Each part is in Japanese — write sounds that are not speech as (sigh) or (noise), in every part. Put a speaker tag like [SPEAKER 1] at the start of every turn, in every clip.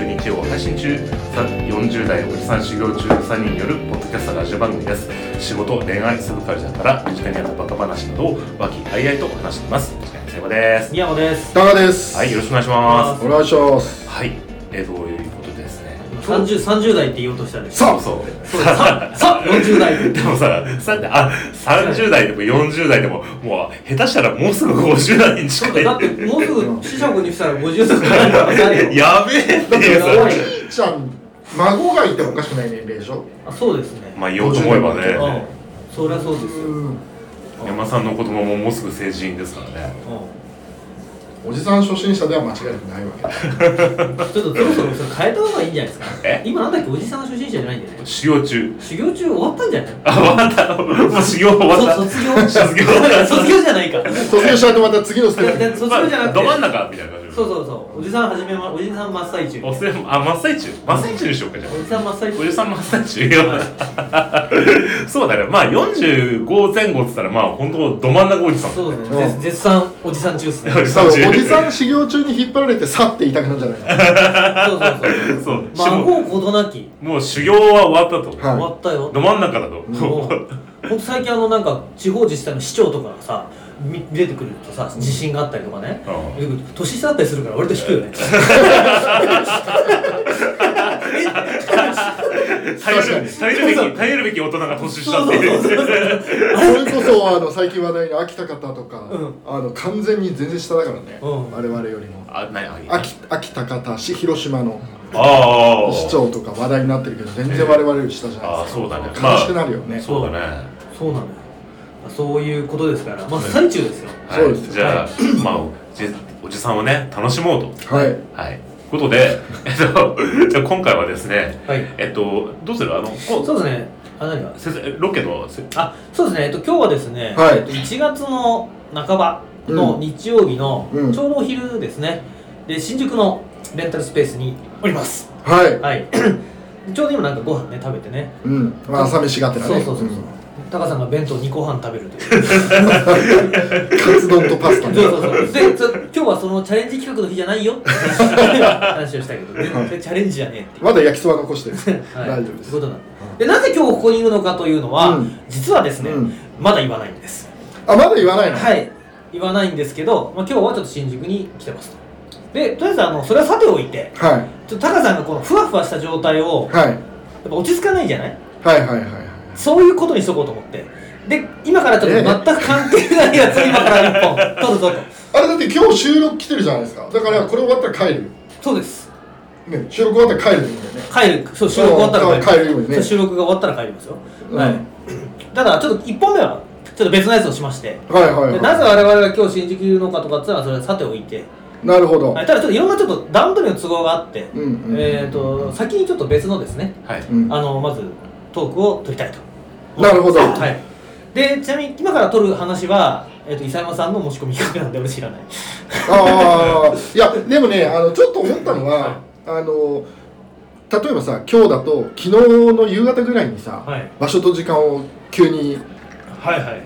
[SPEAKER 1] 信中さ40代おじさん修行中3人によるポッドキャストラジオ番組です仕事恋愛サブカルチャーから身近にあったバカ話などを和気あいあいと話しています時間最後です
[SPEAKER 2] 宮野です
[SPEAKER 3] 高です。
[SPEAKER 1] はいよろしくお願いします
[SPEAKER 3] お願いします。
[SPEAKER 1] はいえー、ということでですね
[SPEAKER 2] 三十三十代って言おうとしたでしょ
[SPEAKER 1] そうそう
[SPEAKER 2] そうささ四十代
[SPEAKER 1] (laughs) でもさ、さあ30代でも40代でも、もう下手したらもうすぐ50代に近い。
[SPEAKER 2] だってもうすぐ四捨五入したら五十歳になるから
[SPEAKER 1] (laughs) やべえって
[SPEAKER 3] だって
[SPEAKER 1] いうさ。
[SPEAKER 3] お兄ちゃん、孫がいてもおかしくない年齢でしょ。
[SPEAKER 2] あそうですね
[SPEAKER 1] まあ言おうと思えばね、
[SPEAKER 3] あ
[SPEAKER 2] うんそりゃそうですようん
[SPEAKER 3] ん。
[SPEAKER 1] 山さんの子供ももうすぐ成人ですからね。
[SPEAKER 3] おじさん初心者では間違いなくないわけ。
[SPEAKER 2] ちょっとそろそろそれ変えた方がいいんじゃないですか
[SPEAKER 1] え
[SPEAKER 2] 今なんだっけおじさんが初心者じゃないんだよね
[SPEAKER 1] 修行中。
[SPEAKER 2] 修行中終わったんじゃない
[SPEAKER 1] あ、終わった。もう修行終わった。
[SPEAKER 2] そ卒業
[SPEAKER 1] 卒業終わった
[SPEAKER 2] (laughs) 卒業じ
[SPEAKER 1] (laughs)
[SPEAKER 2] ゃないか
[SPEAKER 3] 卒業しないとまた次のステップ
[SPEAKER 2] で。卒業じゃな
[SPEAKER 1] まあ
[SPEAKER 2] くて
[SPEAKER 1] ど真ん中みたいな感じ。
[SPEAKER 2] そうそうそうおじさん始めまおじさん真っ最中
[SPEAKER 1] おせあ、真っ最中真っ最中にしようか、じゃあ
[SPEAKER 2] お。じさん真っ最中
[SPEAKER 1] おじさん真っ最中 (laughs) よそうだね。まあ45前後って言ったら、まあ本当ど真ん中おじさん。
[SPEAKER 2] そうですね絶絶賛おじさん中
[SPEAKER 1] (laughs)
[SPEAKER 2] っすねそう
[SPEAKER 1] おじさん
[SPEAKER 3] 多分おじ
[SPEAKER 1] 中。
[SPEAKER 3] さん修行中に引っ張られて去っていたくなるんじゃない
[SPEAKER 1] (laughs)
[SPEAKER 3] か
[SPEAKER 2] そうそう
[SPEAKER 1] そう。
[SPEAKER 2] 孫を事なき
[SPEAKER 1] もう修行は終わったと。
[SPEAKER 3] はい
[SPEAKER 2] 終わったよ
[SPEAKER 1] ど真ん中だと。
[SPEAKER 2] もうほんと最近あのなんか地方自治体の市長とかがさみ出てくるとさ地震があったりとかね、
[SPEAKER 1] うん
[SPEAKER 2] 出てくると年下だったりするから割と低いよね
[SPEAKER 1] 頼る頼るべき頼るべき大人が年下っていう。
[SPEAKER 3] な。それこそあの最近話題の秋田方とか
[SPEAKER 2] うん、
[SPEAKER 3] あの完全に全然下だからね。
[SPEAKER 2] うん
[SPEAKER 3] 我々よりも。
[SPEAKER 1] (laughs) あ、なに
[SPEAKER 3] 秋秋田方市広島の
[SPEAKER 1] ああ。
[SPEAKER 3] 市長とか話題になってるけど全然我々より下じゃない
[SPEAKER 1] ああ、
[SPEAKER 3] ですか。
[SPEAKER 1] そうだね。
[SPEAKER 3] 悲しくなるよね。
[SPEAKER 1] そうだね。
[SPEAKER 2] そうなのよそういうことですからまあ最中ですよ
[SPEAKER 1] はい
[SPEAKER 3] そうですよ
[SPEAKER 1] じゃあ、まあおじおじさんをね楽しもうと。
[SPEAKER 3] はい。
[SPEAKER 1] はい。ということで、 (laughs) えっとじゃあ今回はですね、
[SPEAKER 2] はい
[SPEAKER 1] えっとどうするあのこ
[SPEAKER 2] そうですねあ何が
[SPEAKER 1] 先生ロケのせ
[SPEAKER 2] あそうですね、えっと、今日はですね、
[SPEAKER 3] は
[SPEAKER 2] え
[SPEAKER 3] い
[SPEAKER 2] っと、1月の半ばの日曜日の
[SPEAKER 3] うん
[SPEAKER 2] ちょうどお昼ですね、で新宿のレンタルスペースにおります
[SPEAKER 3] はい。
[SPEAKER 2] はい (clears throat) ちょうど今なんかご飯ね食べてね
[SPEAKER 3] うん。まあ朝飯がてら
[SPEAKER 2] そ
[SPEAKER 3] ね。
[SPEAKER 2] うそうそうそう、
[SPEAKER 3] ん
[SPEAKER 2] タカさんが弁当2個半食べるという
[SPEAKER 3] カツ丼とパスタ
[SPEAKER 2] そう
[SPEAKER 3] ね
[SPEAKER 2] そうそうで
[SPEAKER 3] (laughs)
[SPEAKER 2] そ今日はそのチャレンジ企画の日じゃないよって話をしたけど全然チャレンジじゃねえっていう。
[SPEAKER 3] まだ焼きそば残してる
[SPEAKER 2] はい、
[SPEAKER 3] 大丈夫です
[SPEAKER 2] ということなんででなぜ今日ここにいるのかというのは、
[SPEAKER 3] うん
[SPEAKER 2] 実はですね、
[SPEAKER 3] うん
[SPEAKER 2] まだ言わないんです
[SPEAKER 3] あ、まだ言わないの
[SPEAKER 2] はい言わないんですけど、まあ、今日はちょっと新宿に来てますとでとりあえずあのそれはさておいて
[SPEAKER 3] はい。
[SPEAKER 2] ちょっとタカさんがこのふわふわした状態をやっ
[SPEAKER 3] はい。
[SPEAKER 2] ぱ落ち着かないじゃない
[SPEAKER 3] はいはいはいはい。
[SPEAKER 2] そういうことにしとこうと思ってで今からちょっと全く関係ないやつを今から一本取るぞと
[SPEAKER 3] あれだって今日収録来てるじゃないですか。だからこれ終わったら帰るよ。
[SPEAKER 2] そうです
[SPEAKER 3] ね、収録終わったら帰るんだよね。
[SPEAKER 2] 帰るそう収録終わったら帰
[SPEAKER 3] 帰るよ
[SPEAKER 2] る
[SPEAKER 3] うにね
[SPEAKER 2] そう収録が終わったら帰りますよ、
[SPEAKER 3] うん
[SPEAKER 2] はいただちょっと一本目はちょっと別のやつをしまして
[SPEAKER 3] はいはいは
[SPEAKER 2] で
[SPEAKER 3] い。
[SPEAKER 2] なぜ我々が今日新宿にいるのかとかっていうのはそれはさておいて
[SPEAKER 3] なるほど。
[SPEAKER 2] はい、ただちょっといろんなちょっと段取りの都合があって、
[SPEAKER 3] うんうん
[SPEAKER 2] えー、と先にちょっと別のですね、
[SPEAKER 1] はい。
[SPEAKER 3] うん
[SPEAKER 2] あのまずトークを取りたいと
[SPEAKER 3] なるほど
[SPEAKER 2] はい、でちなみに今から取る話は、えー、と伊佐山さんの申し込み企画なんで俺知らない
[SPEAKER 3] ああ、
[SPEAKER 2] (laughs)
[SPEAKER 3] いや、でもね、あの、ちょっと思ったのは、あの、例えばさ、今日だと、昨日の夕方ぐらいにさ、
[SPEAKER 2] はい
[SPEAKER 3] 場所と時間を急に
[SPEAKER 2] はいはい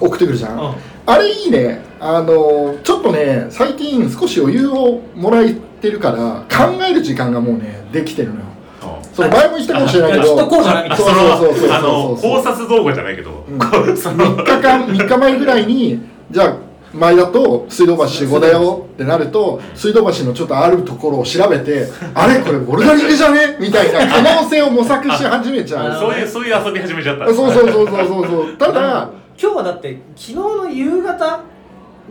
[SPEAKER 3] 送ってくるじゃん。
[SPEAKER 2] うん
[SPEAKER 3] あれいいね。あの、ちょっとね、最近少し余裕をもらえてるから、考える時間がもうね、できてるのよ。
[SPEAKER 1] あ
[SPEAKER 3] そう前も言ったかもしれないけ
[SPEAKER 2] あき
[SPEAKER 3] ど、
[SPEAKER 2] っとこうじゃないみたい
[SPEAKER 3] そ
[SPEAKER 2] な
[SPEAKER 3] うそうそうそうそう
[SPEAKER 1] あの考
[SPEAKER 3] そう
[SPEAKER 1] 察動画じゃないけど、
[SPEAKER 3] うん
[SPEAKER 1] こう (laughs) その
[SPEAKER 3] 3日間3日前ぐらいにじゃあ前だと水道橋5だよってなると水道橋のちょっとあるところを調べてあれこれ俺が逃げじゃねみたいな可能性を模索し始め
[SPEAKER 2] (laughs)
[SPEAKER 3] ちゃう
[SPEAKER 1] そういうそういう遊び始めちゃった。
[SPEAKER 3] そうそうそうそうそうそうただ
[SPEAKER 2] 今日はだって昨日の夕方、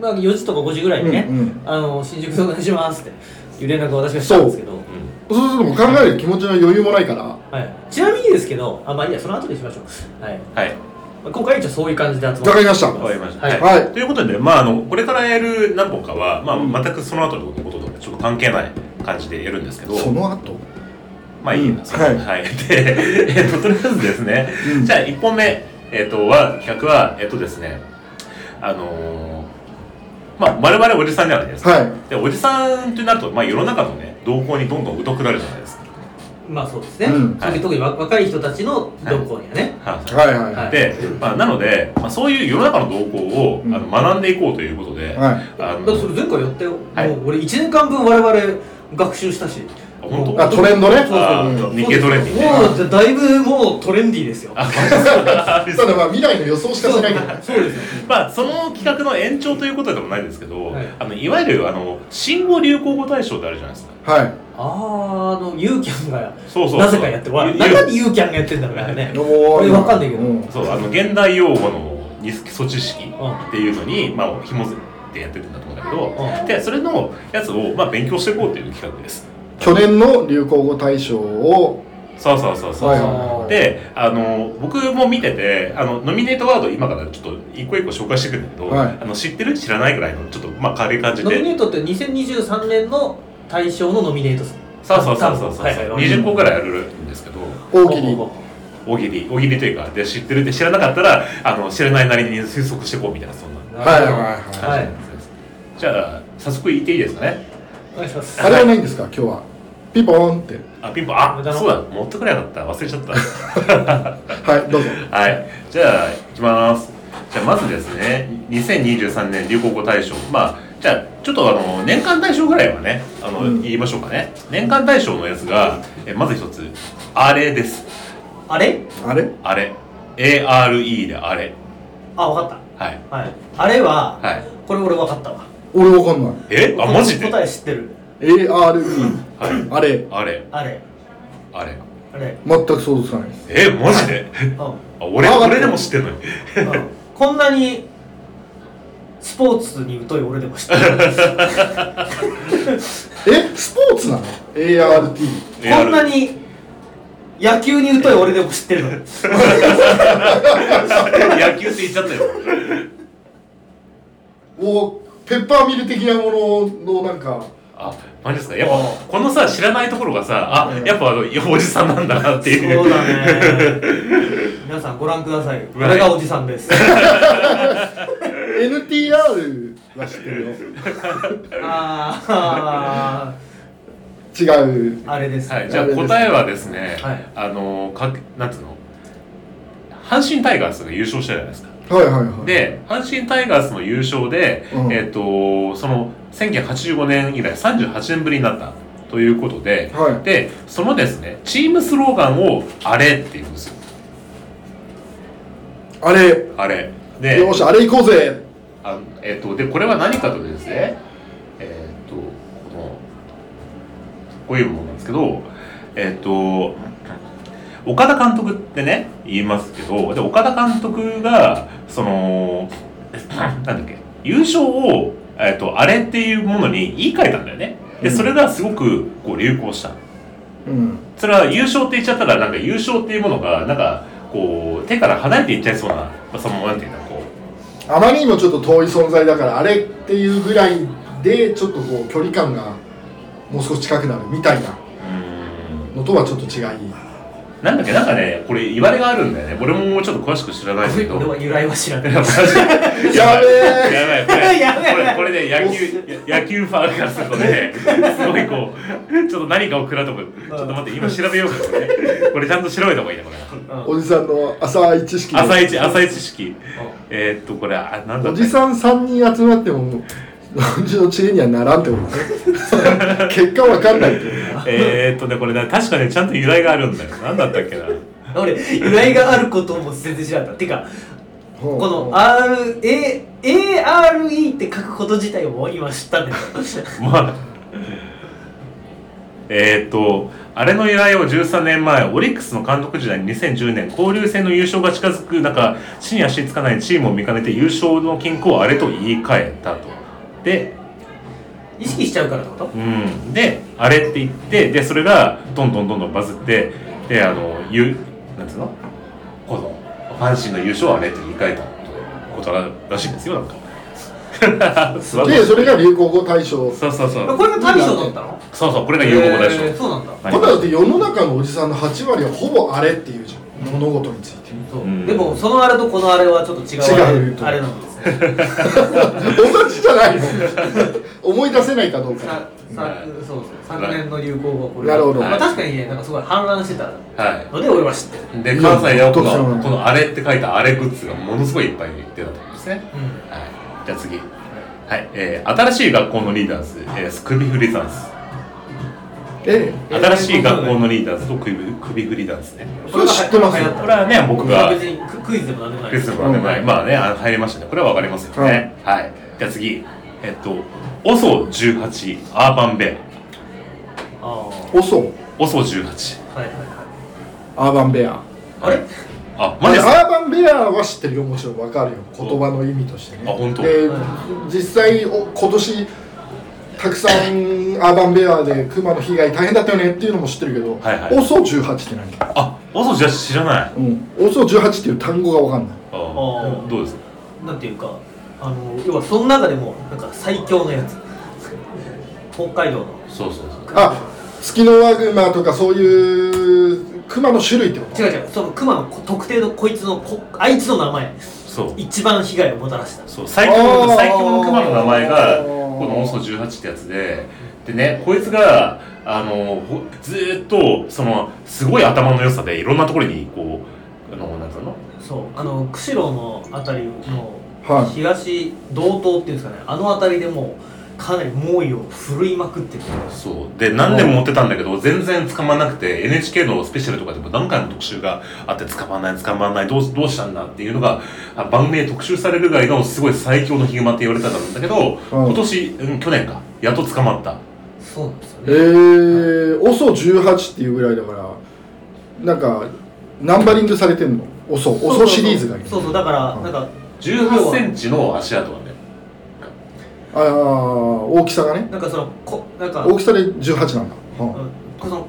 [SPEAKER 2] まあ、4時とか5時ぐらいに (laughs) ね、
[SPEAKER 3] うんうん
[SPEAKER 2] あの新宿でお願いしますっていう連絡を私がしたんですけど
[SPEAKER 3] そうするともう考える気持ちの余裕もないから
[SPEAKER 2] はい、ちなみにですけどあまあいいやその後でしましょう、はい、
[SPEAKER 1] はい。
[SPEAKER 2] まあ今回は一応そういう感じで集まって
[SPEAKER 3] わかりました
[SPEAKER 1] わかりました。
[SPEAKER 2] はい
[SPEAKER 3] はい
[SPEAKER 1] ということで、まあ、あの、これからやる何本かは、まあ、全くその後のこととちょっと関係ない感じでやるんですけど、
[SPEAKER 3] その後
[SPEAKER 1] まあいい
[SPEAKER 3] うん
[SPEAKER 1] な、その
[SPEAKER 3] はい
[SPEAKER 1] はい。で、えっと、とりあえずですね、
[SPEAKER 3] うん
[SPEAKER 1] じゃあ1本目、えっと、は、企画は、えっとですね、あのー、まあ、我々おじさんじゃないですか。
[SPEAKER 3] は
[SPEAKER 1] で、おじさんとなると、まあ、世の中のね、動向にどんどん疎くなるじゃないですか。
[SPEAKER 2] まあそうですね、
[SPEAKER 3] うん
[SPEAKER 2] 特に特にわ若い人たちの動向にはね、
[SPEAKER 1] はい
[SPEAKER 3] いはいはい
[SPEAKER 2] は
[SPEAKER 3] はい
[SPEAKER 1] で、まあ、なので、まあ、そういう世の中の動向を、
[SPEAKER 3] うん
[SPEAKER 1] あの学んでいこうということで、
[SPEAKER 3] いはい
[SPEAKER 1] あ
[SPEAKER 2] だってそ
[SPEAKER 1] の
[SPEAKER 2] れ前回やったよ、
[SPEAKER 1] はい
[SPEAKER 2] もう俺1年間分我々学習したし
[SPEAKER 1] 本当
[SPEAKER 3] あトレンドね
[SPEAKER 1] あ
[SPEAKER 3] うん
[SPEAKER 1] ー日経トレンディね
[SPEAKER 4] もうだいぶもうトレンディーですよ
[SPEAKER 3] ただまあ未来の予想しかしないけど
[SPEAKER 4] そうです
[SPEAKER 1] まあ、その企画の延長ということでもないですけど、
[SPEAKER 2] はい
[SPEAKER 1] い、あのいわゆるあの新語・流行語大賞ってあるじゃないですか。
[SPEAKER 3] はい
[SPEAKER 2] あーあのユーキャンが
[SPEAKER 1] そうそう
[SPEAKER 2] なぜかやってわ
[SPEAKER 1] ゆ
[SPEAKER 2] なんでユーキャンがやってんだろうね
[SPEAKER 3] どうも
[SPEAKER 2] 俺わかんないけど
[SPEAKER 3] う
[SPEAKER 1] そうあの現代用語の基礎知識
[SPEAKER 2] うん
[SPEAKER 1] っていうのに、まあ、紐づいてやってるんだと思うんだけど、
[SPEAKER 2] うん
[SPEAKER 1] でそれのやつを、まあ、勉強していこうっていう企画です。
[SPEAKER 3] 去年の流行語大賞を
[SPEAKER 1] そうそうそうそう、
[SPEAKER 3] はい
[SPEAKER 1] であの僕も見ててあのノミネートワード今からちょっと一個一個紹介していくんだけど、
[SPEAKER 3] はい
[SPEAKER 1] あの知ってる知らないぐらいのちょっとまあ軽い感じ
[SPEAKER 2] ノミ
[SPEAKER 1] で
[SPEAKER 2] ネートって2023年の大賞のノミネート
[SPEAKER 1] そうそうそうそうそう、
[SPEAKER 2] はいはい
[SPEAKER 1] 20個ぐらいやるんですけど
[SPEAKER 3] 大喜利
[SPEAKER 1] 大喜利大喜利というかで知ってるって知らなかったらあの知らないなりに推測していこうみたいなそんな
[SPEAKER 3] はいは
[SPEAKER 2] い
[SPEAKER 3] いはい
[SPEAKER 1] 感じです、じゃあ早速言っていいですかね
[SPEAKER 2] お願いします
[SPEAKER 3] あれはないんですか今日はピポーンって
[SPEAKER 1] あピンポンあ
[SPEAKER 2] 無駄な
[SPEAKER 1] そうだ持ってくれなかった忘れちゃった (laughs)
[SPEAKER 3] はいどうぞ
[SPEAKER 1] はい、じゃあ、いきます。じゃあ、まずですね、2023年流行語大賞。まあ、じゃあ、ちょっとあの、年間大賞ぐらいはね、あの、
[SPEAKER 3] うん
[SPEAKER 1] 言いましょうかね。年間大賞のやつが、えまず一つ、あれです。
[SPEAKER 2] あれ
[SPEAKER 3] あれ
[SPEAKER 1] あれ。ARE であれ。
[SPEAKER 2] あ分かっ
[SPEAKER 1] はい。
[SPEAKER 2] たはいあれは、
[SPEAKER 1] はい。
[SPEAKER 2] これ俺分かったわ
[SPEAKER 3] 俺わかんない
[SPEAKER 1] えあ、マジでは
[SPEAKER 2] 答
[SPEAKER 1] い。
[SPEAKER 2] え知ってる
[SPEAKER 3] ARE あれ
[SPEAKER 1] あれ、
[SPEAKER 2] あれ
[SPEAKER 1] あれ。
[SPEAKER 2] あれ
[SPEAKER 3] 全く想像つかないです
[SPEAKER 1] えマジ
[SPEAKER 2] (laughs)
[SPEAKER 1] で
[SPEAKER 2] うん、うん
[SPEAKER 1] あ俺、
[SPEAKER 3] あ
[SPEAKER 1] 俺でも知ってんのに。
[SPEAKER 2] こんなにスポーツに疎い俺でも知ってる
[SPEAKER 3] (laughs) えスポーツなの ?ART
[SPEAKER 2] こんな
[SPEAKER 1] ARE。
[SPEAKER 2] に野球に疎い俺でも知ってるの
[SPEAKER 1] (laughs) 野
[SPEAKER 3] (laughs)
[SPEAKER 1] 球って言っちゃったよ。
[SPEAKER 3] をペッパーミル的なもののなんか
[SPEAKER 1] あ、マジですかやっぱ、このさ、知らないところがさ、あ、やっぱあの、おじさんなんだなっていう。
[SPEAKER 2] そうだね皆さんご覧くださいこれがおじさんです
[SPEAKER 3] (laughs) NTR は知ってるよ
[SPEAKER 2] あ
[SPEAKER 3] 違う
[SPEAKER 2] ーあれです、
[SPEAKER 1] はい、じゃあ答えはですね、
[SPEAKER 2] はい
[SPEAKER 1] あのかなんつうの阪神タイガースが優勝したじゃないですか
[SPEAKER 3] はいはいはい
[SPEAKER 1] で阪神タイガースの優勝で、
[SPEAKER 3] うん
[SPEAKER 1] えっ、とその1985年以来38年ぶりになったということで、
[SPEAKER 3] はい
[SPEAKER 1] でそのですねチームスローガンを「あれ」っていうんですよ
[SPEAKER 3] あれ
[SPEAKER 1] あれで
[SPEAKER 3] よーしあれ行こうぜ
[SPEAKER 1] あのえっ、とでこれは何かというとですねえっ、とこのこういうものなんですけどえっ、と岡田監督ってね言いますけどで岡田監督がそのなんだっけ優勝を、えっとあれっていうものに言い換えたんだよねでそれがすごくこう流行した
[SPEAKER 3] うん
[SPEAKER 1] それは優勝って言っちゃったらなんか優勝っていうものがなんかこう手から離れていっちゃいそうな、まあ、そのなんていうんだこう
[SPEAKER 3] あまりにもちょっと遠い存在だからあれっていうぐらいでちょっとこう距離感がもう少し近くなるみたいな
[SPEAKER 1] うーん
[SPEAKER 3] のとはちょっと違い
[SPEAKER 1] なんだっけ、なんかね、これ言われがあるんだよね。俺もちょっと詳しく知らないんだけど。
[SPEAKER 2] (laughs)
[SPEAKER 1] (laughs)
[SPEAKER 2] 俺は
[SPEAKER 1] や
[SPEAKER 2] 由来は知らな
[SPEAKER 1] ば
[SPEAKER 2] い
[SPEAKER 1] いやばい
[SPEAKER 3] やべえ
[SPEAKER 1] やばいこれ
[SPEAKER 2] やべえ
[SPEAKER 1] これこれね野球や野球ファンからするとねすごいこうちょっと何かを食らうと思うちょっと待って今調べようかこれこれちゃんと調べた方がいいねこれ
[SPEAKER 3] おじさんの朝一知識の
[SPEAKER 1] 朝一朝一式えー、っとこれあなんだ
[SPEAKER 3] お
[SPEAKER 1] っ
[SPEAKER 3] じ
[SPEAKER 1] け
[SPEAKER 3] さん3人集まってももう (laughs) うちの知恵にはならんってことね結果わかんないっていう
[SPEAKER 1] えー、っとねこれね確かねちゃんと由来があるんだよなんだったっけな
[SPEAKER 2] 俺由来があることも全然知らなかったてか
[SPEAKER 3] ほう
[SPEAKER 2] この R A ARE って書くこと自体も今知ったんだけ
[SPEAKER 1] (laughs)
[SPEAKER 2] ど
[SPEAKER 1] まあ、えーっと、あれの依頼を13年前、オリックスの監督時代に2010年、交流戦の優勝が近づく中、地に足つかないチームを見かねて優勝の均衡をあれと言い換えたと。で、
[SPEAKER 2] (laughs) 意識しちゃうからってこと
[SPEAKER 1] うん、で、あれって言って、で、それがどんどんどんどんバズって、で、あの、ゆなんつうのこの、阪神の優勝をあれと言い換えたことらしいんですよ、
[SPEAKER 2] (laughs)
[SPEAKER 1] なんか。す
[SPEAKER 3] でそれが流行語大賞
[SPEAKER 1] そうそうそう。
[SPEAKER 2] これが大賞だったの
[SPEAKER 1] そうそう、これが有効大賞。
[SPEAKER 2] えーそうなんだ
[SPEAKER 1] はい
[SPEAKER 3] ただだって世の中のおじさんの8割はほぼあれっていうじゃん物事につ
[SPEAKER 1] (laughs)
[SPEAKER 3] いて
[SPEAKER 2] そう
[SPEAKER 1] うん
[SPEAKER 2] でもそのあれとこのあれはちょっと違うあれ
[SPEAKER 3] 違うと
[SPEAKER 2] あれなん
[SPEAKER 1] (laughs)
[SPEAKER 2] ですね
[SPEAKER 3] 同じじゃないの思い出せないかどうか
[SPEAKER 2] ささそうそう昨年の流行語はこれ
[SPEAKER 3] なるほど
[SPEAKER 2] まあ、確かにねなんかすごい氾濫してた
[SPEAKER 1] はい。
[SPEAKER 2] ので俺は知ってる、
[SPEAKER 1] で関西やおこ
[SPEAKER 3] いやどうしようもな
[SPEAKER 1] が
[SPEAKER 3] い
[SPEAKER 1] この「あれ」って書いたあれグッズがものすごいいっぱい出たと思うんですね、
[SPEAKER 2] うん、
[SPEAKER 1] はい、じゃあ次はい、えー新しい学校のリーダーズ、えースクビフリザンス
[SPEAKER 3] え
[SPEAKER 1] 新しい学校のリーダーズと首首振りダンスね
[SPEAKER 3] えそれ知ってますよ
[SPEAKER 1] これはね僕が
[SPEAKER 2] 別にククイズでもなんでもない
[SPEAKER 1] ですもんね、まあねあの入りましたねこれは分かりますよね、はいじゃあ次えっと OSO18 アーバンベア
[SPEAKER 2] ああは
[SPEAKER 3] オソ
[SPEAKER 1] OSO18
[SPEAKER 2] いはいはい
[SPEAKER 3] アーバンベア
[SPEAKER 2] あれ
[SPEAKER 1] あマ
[SPEAKER 3] ま
[SPEAKER 1] ジ
[SPEAKER 3] ず
[SPEAKER 1] で
[SPEAKER 3] ア
[SPEAKER 1] すか
[SPEAKER 3] ーバンベアは知ってるよもちろんわかるよ言葉の意味としてね
[SPEAKER 1] あ本当
[SPEAKER 3] で
[SPEAKER 2] は
[SPEAKER 3] 実際お今年たくさんアーバンベアで熊の被害大変だったよねっていうのも知ってるけど、
[SPEAKER 1] はいはい
[SPEAKER 3] OSO18 って何
[SPEAKER 1] あ OSO18 知らない
[SPEAKER 3] うん、OSO18 っていう単語がわかんない
[SPEAKER 1] あーどうですか
[SPEAKER 2] なんていうかあの要はその中でもなんか最強のやつ北海道の
[SPEAKER 1] そうそうそう
[SPEAKER 3] あツキノワグマとかそういう熊の種類ってこと
[SPEAKER 2] 違う違うその熊のこ特定のこいつのこあいつの名前
[SPEAKER 1] そう
[SPEAKER 2] 一番被害をもたらした
[SPEAKER 1] そう最強
[SPEAKER 3] あー
[SPEAKER 1] の最強の熊の名前がこの
[SPEAKER 3] あ
[SPEAKER 1] OSO18 ってやつででねこいつがあのほずーっとそのすごい頭の良さでいろんなところにこうあのなんつうの
[SPEAKER 2] そうあの釧路の辺りの
[SPEAKER 3] はい
[SPEAKER 2] 東道東っていうんですかねあの辺りでもうかなり猛威を振るいまくってる
[SPEAKER 1] そうで何年も持ってたんだけど全然捕まらなくて NHK のスペシャルとかでも何回も特集があって捕まらない捕まらないどうどうしたんだっていうのがあ番組で特集されるぐらいのすごい最強のヒグマって言われてたんだけど、今年、うん、去年かやっと捕まった
[SPEAKER 2] そうなんですよ
[SPEAKER 3] え
[SPEAKER 2] ね
[SPEAKER 3] ー、OSO18 っていうぐらいだからなんかナンバリングされてんの OSO
[SPEAKER 2] そうそうそう
[SPEAKER 3] OSO シリーズがいる
[SPEAKER 2] そうそうだから
[SPEAKER 3] うん
[SPEAKER 2] なんか
[SPEAKER 1] 1 8ンチの足跡がね
[SPEAKER 3] ああ大きさがね
[SPEAKER 2] なんかそのこなんか
[SPEAKER 3] 大きさで18なんだ、うん
[SPEAKER 2] うんこの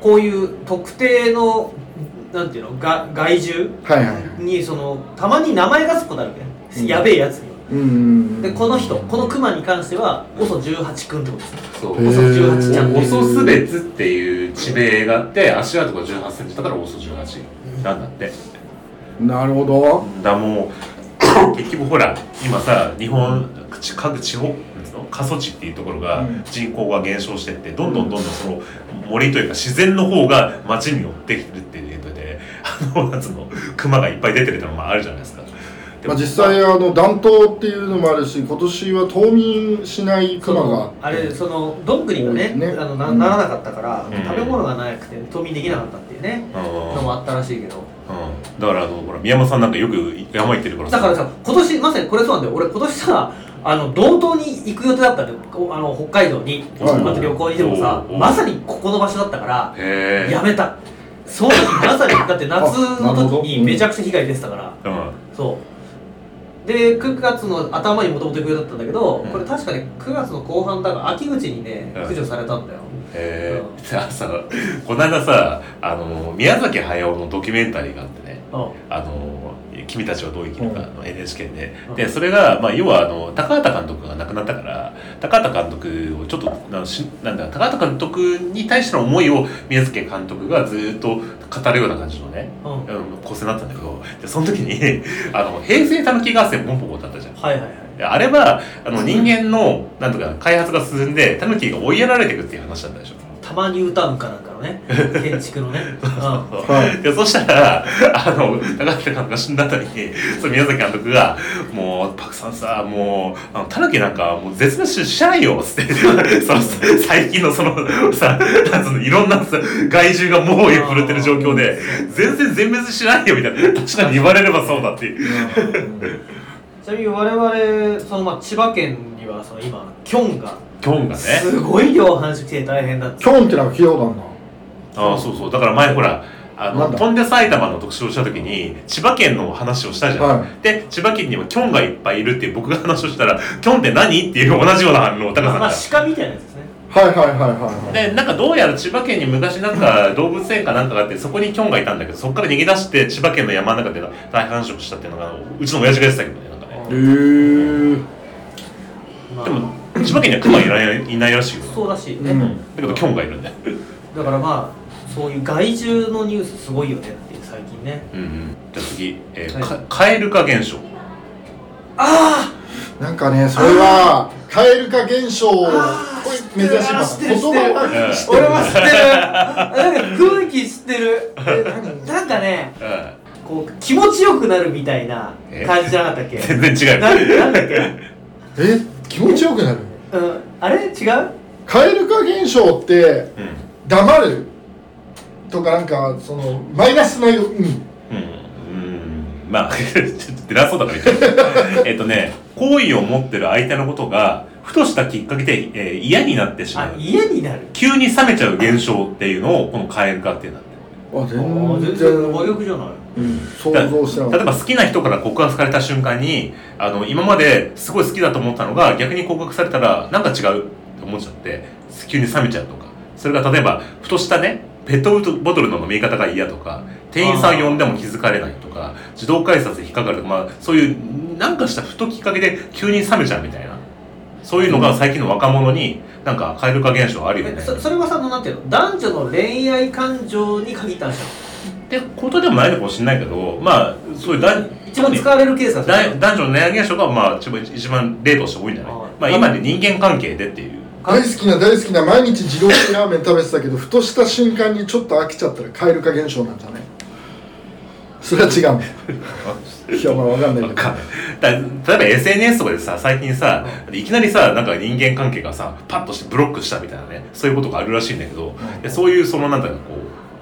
[SPEAKER 2] こういう特定のなんていうのが害獣
[SPEAKER 3] はいはいはい
[SPEAKER 2] にそのたまに名前がつくことあるけど、
[SPEAKER 3] うん
[SPEAKER 2] やべえやつには
[SPEAKER 3] うんうん
[SPEAKER 2] でこの人このクマに関しては OSO18 君ってことです
[SPEAKER 1] そう
[SPEAKER 3] へー
[SPEAKER 2] OSO18 ちゃん
[SPEAKER 1] オソスベツっていう地名があって足跡が1 8ンチだからオソ18なんだって
[SPEAKER 3] なるほど
[SPEAKER 1] だも (coughs) う結局ほら今さ日本地各地方なんつうの過疎地っていうところが
[SPEAKER 3] うん
[SPEAKER 1] 人口が減少してってどんどんどんどんその森というか自然の方が町に寄ってきてるっていうことであのなんつうの熊がいっぱい出てるってのもあるじゃないですか。で
[SPEAKER 3] ま
[SPEAKER 1] も
[SPEAKER 3] あ、実際あの暖冬っていうのもあるし今年は冬眠しないクマが
[SPEAKER 2] あれそのどんぐりがね
[SPEAKER 3] 多いね
[SPEAKER 2] あの
[SPEAKER 3] う
[SPEAKER 2] なんならなかったから、
[SPEAKER 1] うん
[SPEAKER 2] 食べ物がなくて冬眠できなかったっていうね、
[SPEAKER 1] うん
[SPEAKER 2] のもあったらしいけど
[SPEAKER 1] うん、だからあのほら宮本さんなんかよく山行ってるから
[SPEAKER 2] だからさ今年まさにこれそうなんだよ俺今年さあの道東に行く予定だったんだよこあの北海道に、
[SPEAKER 3] はい
[SPEAKER 2] あと旅行にでもさ
[SPEAKER 1] おうおう
[SPEAKER 2] まさにここの場所だったから
[SPEAKER 1] へえ
[SPEAKER 2] やめたその時まさにだって夏
[SPEAKER 3] あなるほ
[SPEAKER 2] の
[SPEAKER 3] ど
[SPEAKER 2] 時にめちゃくちゃ被害出てたから
[SPEAKER 1] うん
[SPEAKER 2] そうで9月の頭にもともと行く予定だったんだけど、
[SPEAKER 1] うん
[SPEAKER 2] これ確かね9月の後半だから秋口にね
[SPEAKER 1] うん
[SPEAKER 2] 駆除されたんだよ、
[SPEAKER 1] へえ (laughs) あさこの間さあの宮崎駿のドキュメンタリーがあってね
[SPEAKER 2] うん
[SPEAKER 1] あの「君たちはどう生きるか」の NHK で,、
[SPEAKER 2] うん
[SPEAKER 1] でそれが、まあ、要はあの高畑監督が亡くなったから高畑監督をちょっとなしなんだ高畑監督に対しての思いを宮崎監督がずっと語るような感じのね、
[SPEAKER 2] うん
[SPEAKER 1] うん、構成だったんだけどでその時に (laughs) あの平成たぬき合戦ポンポンだったじゃん。
[SPEAKER 2] はいはいはい
[SPEAKER 1] であれはあの人間のなんとか開発が進んでタヌキが追いやられていくっていう話だったでしょ。
[SPEAKER 2] たまに歌うんかなんかのね建築のね、うん
[SPEAKER 3] はい
[SPEAKER 1] でそしたらあの高畑監督が死んだ後にその宮崎監督が「もうパクさんさもうあのタヌキなんかもう絶滅ししないよ」っつって (laughs) その最近のそのさなんつうのいろんなさ害獣が猛威を振るってる状況で全然全滅しないよみたいな確かに言われればそうだっていう。
[SPEAKER 2] ちなみに我々そのまあ千葉県にはその今キョンが
[SPEAKER 1] キョンがね
[SPEAKER 2] すごい量繁殖して大変だって
[SPEAKER 3] キョンってのは器用なんだ
[SPEAKER 1] ああそうそうだから前ほらあ
[SPEAKER 3] な
[SPEAKER 1] の
[SPEAKER 3] んだ
[SPEAKER 1] 飛んで埼玉の特集をした時に千葉県の話をしたじゃん、
[SPEAKER 3] は
[SPEAKER 1] で千葉県にはキョンがいっぱいいるっていう僕が話をしたら「キョンって何?」っていう同じような反応を高さん
[SPEAKER 2] ま
[SPEAKER 1] が
[SPEAKER 2] あ。鹿みたいなやつですね
[SPEAKER 3] はいはいはいはいはい
[SPEAKER 1] でなんかどうやら千葉県に昔なんか動物園かなんかがあってそこにキョンがいたんだけどそこから逃げ出して千葉県の山の中で大繁殖したっていうのがうちの親父が言ってたけどねなんかね
[SPEAKER 3] へー
[SPEAKER 2] まあ
[SPEAKER 1] でも千葉県にはクマいないいないらしいよ
[SPEAKER 2] そうらしいね、
[SPEAKER 3] うん
[SPEAKER 1] だけどキョンがいるんだよ、
[SPEAKER 2] だからまあそういう害獣のニュースすごいよねっていう最近ね
[SPEAKER 1] うんうん、じゃあ次、えー
[SPEAKER 2] はい
[SPEAKER 1] かカエル化現象
[SPEAKER 3] なんかねそれは蛙化現象これ珍しいかな
[SPEAKER 2] 知ってる
[SPEAKER 3] 言
[SPEAKER 2] 知ってる
[SPEAKER 3] 葉は知ってる
[SPEAKER 2] 俺も知ってるなんか空気知ってる
[SPEAKER 3] え何
[SPEAKER 2] なんかね
[SPEAKER 1] うん
[SPEAKER 2] こう気持ちよくなるみたいな感じじゃなかったっ
[SPEAKER 1] (laughs)
[SPEAKER 2] け
[SPEAKER 1] 全然違う
[SPEAKER 2] なんなんだっけ、
[SPEAKER 3] え気持ちよくなる
[SPEAKER 2] うん、あれ違う
[SPEAKER 3] 蛙化現象って
[SPEAKER 1] うん
[SPEAKER 3] 黙るとかなんかそのマイナスのよ、うん、
[SPEAKER 1] うんうんまあ (laughs) ちょっと偉そうだから言っちゃうえっとね好意を持ってる相手のことがふとしたきっかけで、えー嫌になってしま
[SPEAKER 4] あ
[SPEAKER 1] う
[SPEAKER 4] 嫌になる
[SPEAKER 1] 急に冷めちゃう現象っていうのをこの蛙化っていうんだって
[SPEAKER 3] あ
[SPEAKER 2] あ全然真逆じゃない
[SPEAKER 3] うん、想像してなか
[SPEAKER 1] 例
[SPEAKER 3] っ
[SPEAKER 1] えば好きな人から告白された瞬間にあの今まですごい好きだと思ったのが逆に告白されたらなんか違うと思っちゃって急に冷めちゃうとかそれが例えばふとしたねペットボトルの飲み方が嫌とか店員さん呼んでも気づかれないとか自動改札で引っかかるとか、まあ、そういうなんかしたふときっかけで急に冷めちゃうみたいなそういうのが最近の若者になんか蛙化現象あるよね
[SPEAKER 2] えそそれはさなんていうの男女の恋愛感情に限ったんじ
[SPEAKER 1] ってことでもないのかもしれないけどまあそういうだ
[SPEAKER 2] ゃん一番使われるケースだそれ
[SPEAKER 1] だ男女の悩み現象がまあ一番一番例として多いんじゃない
[SPEAKER 2] はい
[SPEAKER 1] まあ今で人間関係でっていう
[SPEAKER 3] た大好きな大好きな毎日自動式ラーメン食べてたけどふとした瞬間にちょっと飽きちゃったら蛙化現象なんじゃないそれは違うのいやまあわかんない
[SPEAKER 1] なん
[SPEAKER 3] けど
[SPEAKER 1] かだ例えば SNS とかでさ最近さいきなりさなんか人間関係がさパッとしてブロックしたみたいなねそういうことがあるらしいんだけどい
[SPEAKER 3] ん
[SPEAKER 1] やそういうそのなんだろうこ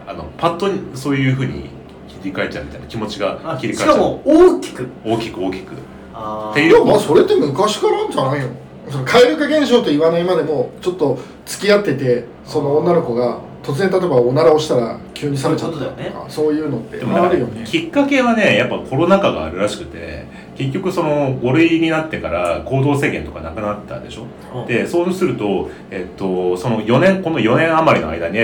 [SPEAKER 1] うあのパッとにそういうふうに切り替えちゃうみたいな気持ちが
[SPEAKER 2] あ
[SPEAKER 1] 切り替えち
[SPEAKER 2] し
[SPEAKER 1] ゃ
[SPEAKER 2] か
[SPEAKER 1] う
[SPEAKER 2] も大きく
[SPEAKER 1] 大きく大きくっ
[SPEAKER 2] あ
[SPEAKER 1] て
[SPEAKER 3] い
[SPEAKER 1] い
[SPEAKER 3] や
[SPEAKER 1] う
[SPEAKER 3] まあそれって昔からあんじゃないよその蛙化現象と言わないまでもちょっと付き合っててその女の子が突然例えばおならをしたら急に冷めちゃった
[SPEAKER 2] そ
[SPEAKER 3] と
[SPEAKER 2] ういうことだよ
[SPEAKER 3] かそういうのって
[SPEAKER 1] でもなん
[SPEAKER 3] あ
[SPEAKER 1] か
[SPEAKER 3] るよ
[SPEAKER 1] ね
[SPEAKER 3] ね
[SPEAKER 1] きっかけはねやっぱコロナ禍があるらしくて結局その5類になってから行動制限とかなくなったでしょ
[SPEAKER 2] うん
[SPEAKER 1] でそうすると、えっと、その4年この4年余りの間に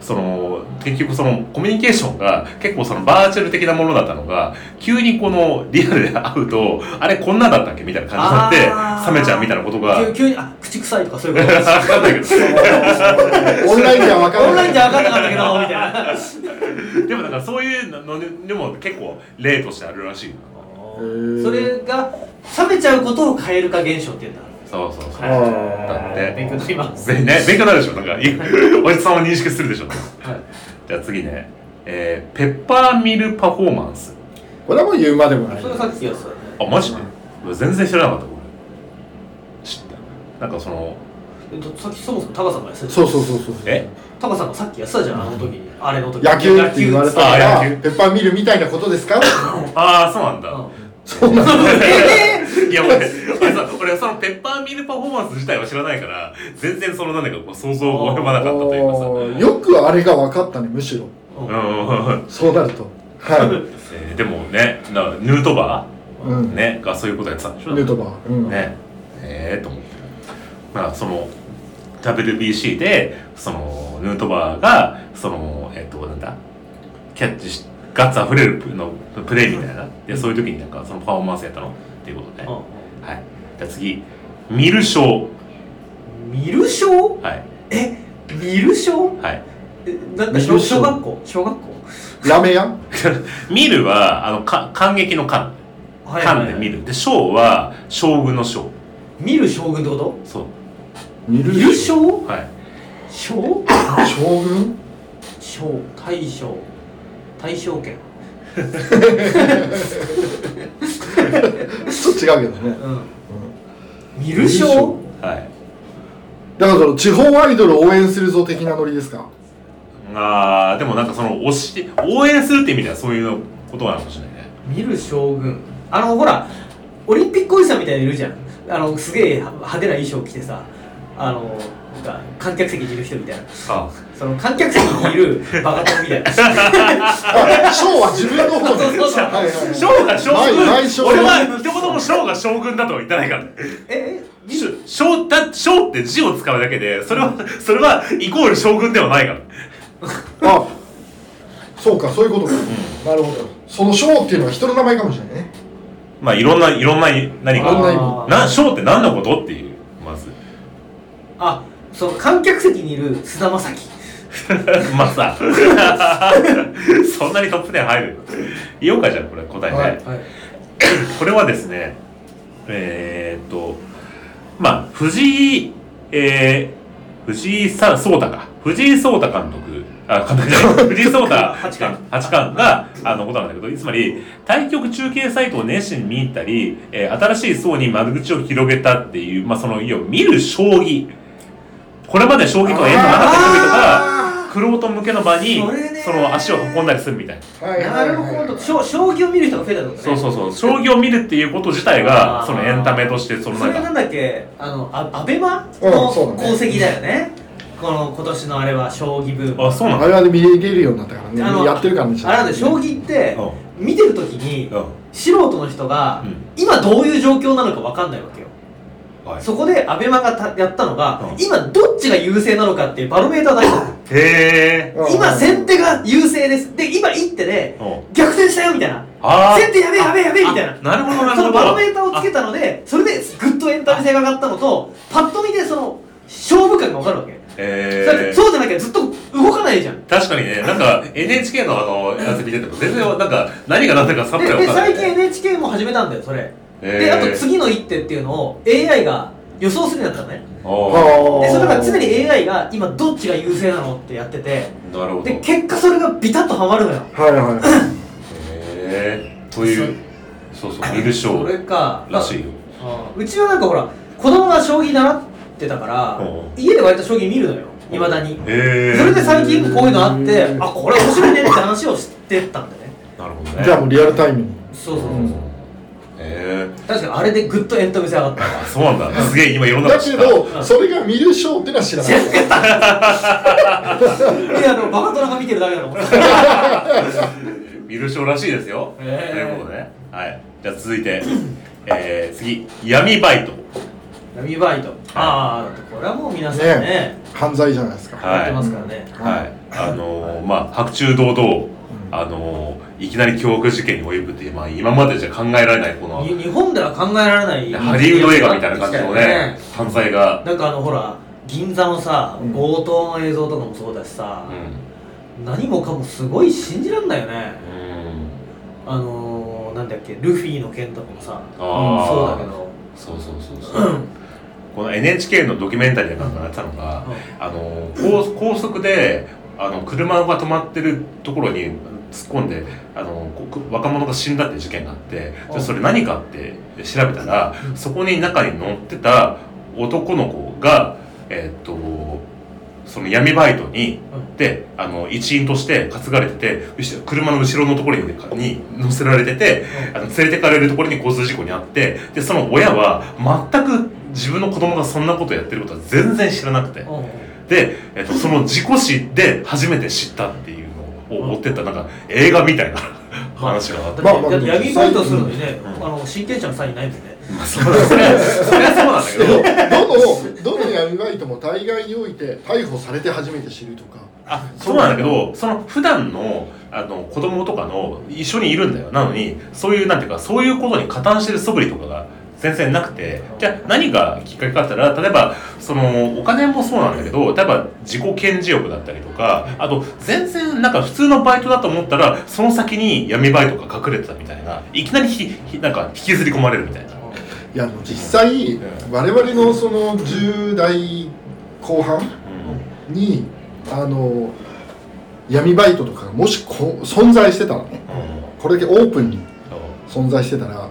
[SPEAKER 1] その結局そのコミュニケーションが結構そのバーチャル的なものだったのが急にこのリアルで会うとあれこんなだったっけみたいな感じになっ
[SPEAKER 2] あ
[SPEAKER 1] て
[SPEAKER 2] ー
[SPEAKER 1] 冷めちゃうみたいなことが
[SPEAKER 2] 急急にあ口臭いとかそういう
[SPEAKER 1] (laughs)
[SPEAKER 2] こ
[SPEAKER 1] 分
[SPEAKER 2] と
[SPEAKER 1] かんないけ
[SPEAKER 3] (laughs) オンラインではわかんない
[SPEAKER 2] オンラインじゃ分かんなかったけどみたいな
[SPEAKER 1] どでもなんかそういうのででも結構例としてあるらしい
[SPEAKER 3] ー
[SPEAKER 2] それが冷めちゃうことを変える化現象っていうんだ
[SPEAKER 1] そうそうそう
[SPEAKER 3] あ
[SPEAKER 1] だって
[SPEAKER 2] 勉強になります
[SPEAKER 1] ぜね、勉強になるでしょなんかいいおじさんを認識するでしょ
[SPEAKER 2] はい
[SPEAKER 1] じゃあ次ね、えーペッパーミルパフォーマンス
[SPEAKER 3] これはもう言うまでもない
[SPEAKER 2] それがさっき言ったやつだよね
[SPEAKER 1] あマジで全然知らなかったこれ知ったなんかその
[SPEAKER 2] えっとさっきそもそもタカさんが痩せてた
[SPEAKER 3] そうそうそうそう
[SPEAKER 1] え
[SPEAKER 2] タカさんがさっき痩せたじゃんあの時にあれの時
[SPEAKER 3] 野球って言われたか
[SPEAKER 1] あ
[SPEAKER 3] ら
[SPEAKER 1] 野球
[SPEAKER 3] ペッパーミルみたいなことですか
[SPEAKER 1] ああそうなん
[SPEAKER 2] う
[SPEAKER 1] だ
[SPEAKER 2] ん
[SPEAKER 3] そうなんだ
[SPEAKER 1] いや俺俺さ俺そのペッパーミルパフォーマンス自体は知らないから全然そのなんだかこう想像が及ばなかったというかさ
[SPEAKER 3] おーよくあれが分かったねむしろ
[SPEAKER 1] うんうんうん、
[SPEAKER 3] そうなるとは
[SPEAKER 1] えーでもねなヌートバ
[SPEAKER 3] い、うん
[SPEAKER 1] ー、ねがそういうことやってたんでしょ
[SPEAKER 3] ヌートバー、うん
[SPEAKER 1] ねええと思ってまあその WBC でそのヌートバーがそのえっ、となんだキャッチしガッツあふれるのプレーみたいなでそういう時になんかそのパフォーマンスやったのっていうことね、
[SPEAKER 2] うん
[SPEAKER 1] はいじゃあ次見る賞
[SPEAKER 2] 見る賞
[SPEAKER 1] はい
[SPEAKER 2] え見る賞
[SPEAKER 1] はい
[SPEAKER 2] えなんか
[SPEAKER 3] 見る賞
[SPEAKER 2] 小小学校小学校
[SPEAKER 3] ラーメン屋
[SPEAKER 1] 見るはあのか感激の感
[SPEAKER 2] はいはい
[SPEAKER 1] 感
[SPEAKER 2] はい
[SPEAKER 1] で見るで賞は将軍の賞
[SPEAKER 2] 見る将軍ってこ
[SPEAKER 1] そ
[SPEAKER 3] 見
[SPEAKER 2] と見る将
[SPEAKER 1] うはい
[SPEAKER 2] 将
[SPEAKER 3] 将軍
[SPEAKER 2] 将大将大将権
[SPEAKER 3] ちょっと違うけどね
[SPEAKER 2] うん見る賞
[SPEAKER 1] はい
[SPEAKER 3] だからその地方アイドルを応援するぞ的なノリですか
[SPEAKER 1] あーでもなんかその推し応援するって意味ではそういうことなのかもしれないね
[SPEAKER 2] 見る将軍あのほらオリンピックおじさんみたいなのいるじゃんあのすげえ派手な衣装着てさあのなんか観客席にいる人みたいな
[SPEAKER 1] あ
[SPEAKER 2] その観客席にいるバカちゃんみたいなそう
[SPEAKER 3] あ賞は自分の方
[SPEAKER 2] そう
[SPEAKER 3] で
[SPEAKER 2] そうそう
[SPEAKER 3] はいはい
[SPEAKER 1] 翔が将軍
[SPEAKER 3] ないない将軍
[SPEAKER 1] 俺は一言も翔が将軍だとは言ってないからね
[SPEAKER 2] え
[SPEAKER 1] 翔だ翔って字を使うだけでそれはそれはイコール将軍ではないから
[SPEAKER 3] あそうかそういうことか、なるほどその賞っていうのは人の名前かもしれないね
[SPEAKER 1] まあいろんないろんな何
[SPEAKER 3] いろんな意
[SPEAKER 1] か
[SPEAKER 3] 味
[SPEAKER 1] な翔って何のことっていうまず
[SPEAKER 2] あその観客席にいる菅田将暉
[SPEAKER 1] まあさ (laughs) そんなにトップ10入る言おうかじゃあこれ答えね、
[SPEAKER 3] はい
[SPEAKER 2] はい
[SPEAKER 1] これはですねえー、っとまあ藤井えー、藤井さ聡太か藤井聡太監督あ監督じゃない
[SPEAKER 2] (laughs)
[SPEAKER 1] 藤井聡太
[SPEAKER 2] 八冠
[SPEAKER 1] 八冠があのことなんだけどつまり対局中継サイトを熱心に見入ったり、えー新しい層に窓口を広げたっていうまあその要は見る将棋これまで将棋とは縁のなかった人々がくろうと向けの場に
[SPEAKER 2] それね
[SPEAKER 1] その足を運んだりするみたいな
[SPEAKER 3] はいは
[SPEAKER 2] ないる
[SPEAKER 3] は
[SPEAKER 2] ほ
[SPEAKER 3] い
[SPEAKER 2] ど将将棋を見る人が増えたってことね
[SPEAKER 1] そうそうそう将棋を見るっていうこと自体
[SPEAKER 2] あ
[SPEAKER 1] が
[SPEAKER 2] ー
[SPEAKER 1] そのエンタメとしてその
[SPEAKER 2] それな
[SPEAKER 1] 中
[SPEAKER 2] んだっけあのあアベマ
[SPEAKER 3] う
[SPEAKER 2] の
[SPEAKER 3] んそうだね
[SPEAKER 2] 功績だよね,、この今年のあれは将棋ブーム
[SPEAKER 1] あそうな
[SPEAKER 3] あ
[SPEAKER 1] の
[SPEAKER 3] れはね見れるようになったからね
[SPEAKER 2] あの
[SPEAKER 3] やってるからね
[SPEAKER 2] あれなんだよ将棋って
[SPEAKER 1] う
[SPEAKER 2] 見てる時に素人の人が
[SPEAKER 1] うん
[SPEAKER 2] 今どういう状況なのか分かんないわけよ
[SPEAKER 1] はい
[SPEAKER 2] そこでアベマがたやったのが
[SPEAKER 1] うん
[SPEAKER 2] 今どっちが優勢なのかっていうバロメーター出したの
[SPEAKER 1] へえ
[SPEAKER 3] うん
[SPEAKER 2] 今先手が優勢ですで今一手で逆転したよみたいな
[SPEAKER 1] あ
[SPEAKER 2] 先手やべえやべえやべえみたいな
[SPEAKER 1] なるほどなるほど
[SPEAKER 2] そのバロメーターをつけたのでそれでグッとエンタメ性が上がったのとパッと見でその勝負感が分かるわけだって
[SPEAKER 1] え
[SPEAKER 2] そうじゃなきゃずっと動かないじゃん
[SPEAKER 1] 確かにねなんか NHK のあのやつ見てても全然なんか何が何だかさっぱ
[SPEAKER 2] で
[SPEAKER 1] り分
[SPEAKER 2] で
[SPEAKER 1] かんない
[SPEAKER 2] 最近 NHK も始めたんだよそれ
[SPEAKER 1] へ
[SPEAKER 2] で
[SPEAKER 1] ー
[SPEAKER 2] あと次の一手っていうのを AI が予想するようになったのね
[SPEAKER 1] あー
[SPEAKER 3] は
[SPEAKER 2] で
[SPEAKER 3] あ
[SPEAKER 2] それから常に AI が今どっちが優勢なのってやってて
[SPEAKER 1] なるほど
[SPEAKER 2] で
[SPEAKER 1] へ
[SPEAKER 2] 結果それがビタッとはまるのよ
[SPEAKER 3] はいは
[SPEAKER 1] えというそうそう観る
[SPEAKER 2] そ
[SPEAKER 1] 賞
[SPEAKER 2] れか
[SPEAKER 1] らしいよ
[SPEAKER 2] うんうちはなんかほら子供が将棋習ってたから
[SPEAKER 1] うん
[SPEAKER 2] 家で割と将棋見るのよいまだに
[SPEAKER 1] へえ
[SPEAKER 2] それで最近こういうのあって
[SPEAKER 3] うん
[SPEAKER 2] あこれ面白いねって話をしてったんだよね
[SPEAKER 1] なるほど
[SPEAKER 3] い
[SPEAKER 1] ね
[SPEAKER 3] じゃあもうリアルタイムに
[SPEAKER 2] そうそうそう、
[SPEAKER 3] ん
[SPEAKER 1] へえ
[SPEAKER 2] 確かにあれでグッとエンタメ性上がった
[SPEAKER 1] あそうなんだすげえ今いろんな
[SPEAKER 3] だ
[SPEAKER 1] こと知
[SPEAKER 3] け
[SPEAKER 1] った
[SPEAKER 3] どそれが見る賞ってのは知らない
[SPEAKER 2] いやあのバカ殿が見てるだけだろ
[SPEAKER 1] 見る賞らしいですよ、
[SPEAKER 2] へー
[SPEAKER 1] ということでねはいじゃあ続いてえー、次闇バイト
[SPEAKER 2] 闇バイトああだってこれはもう皆さんね
[SPEAKER 3] ね犯罪じゃないですか
[SPEAKER 1] はい
[SPEAKER 2] やってますからね、
[SPEAKER 1] はい、あのーまあ白昼堂々、あのーいきなり凶悪事件に及ぶっていう、まあ、今までじゃ考えられないこの
[SPEAKER 2] に日本では考えられない
[SPEAKER 1] ハリウッド映画みたいな感じのね
[SPEAKER 2] ね
[SPEAKER 1] 犯罪が、
[SPEAKER 2] なんかあのほら銀座のさ
[SPEAKER 3] うん
[SPEAKER 2] 強盗の映像とかもそうだし
[SPEAKER 1] う
[SPEAKER 2] さ、
[SPEAKER 1] ん
[SPEAKER 2] 何もかもすごい信じらんないよね
[SPEAKER 1] うん、
[SPEAKER 2] あのー、なんだっけルフィの件とかもさ
[SPEAKER 1] あー
[SPEAKER 2] そうだけど
[SPEAKER 1] そうそうそうそうこの NHK のドキュメンタリーなんかやってたのが、あの高高速であの車が止まってるところに突っ込んであのこく若者が死んだって事件があって
[SPEAKER 2] う
[SPEAKER 1] で
[SPEAKER 2] ん
[SPEAKER 1] それ何かって調べたらそこに中に乗ってた男の子がえーっとその闇バイトに
[SPEAKER 2] う
[SPEAKER 1] であの一員として担がれててうし車の後ろのところにに乗せられててあの連れてかれるところに交通事故にあってでその親は全く自分の子供がそんなことやってることは全然知らなくて。
[SPEAKER 2] うんうん
[SPEAKER 1] で、えっと、その事故死で初めて知ったっていうのを追ってったなんか映画みたいな話があって、
[SPEAKER 2] だ
[SPEAKER 3] まあ
[SPEAKER 2] って
[SPEAKER 3] まあ
[SPEAKER 2] だって闇バイトするのにね、
[SPEAKER 1] うん
[SPEAKER 2] あの真剣者のサインないもんね、
[SPEAKER 1] まあ、それはそれはそれはそうなんだけ
[SPEAKER 3] で
[SPEAKER 1] ど
[SPEAKER 3] もどのどの闇バイトも大概において逮捕されて初めて知るとか
[SPEAKER 1] あそうなんだけどその普段のあの子供とかの一緒にいるんだよなのにそういうなんていうかそういうことに加担してる素振りとかが全然なくてじゃあ何がきっかけかって言ったら例えばそのお金もそうなんだけど例えば自己顕示欲だったりとかあと全然なんか普通のバイトだと思ったらその先に闇バイトが隠れてたみたいないきなりひひなんか引きずり込まれるみたいな。
[SPEAKER 3] いやでも実際
[SPEAKER 1] うん
[SPEAKER 3] 我々のその10代後半にあの闇バイトとかがもしこ存在してたらね
[SPEAKER 1] うんうん
[SPEAKER 3] これだけオープンに
[SPEAKER 1] そう
[SPEAKER 3] 存在してたら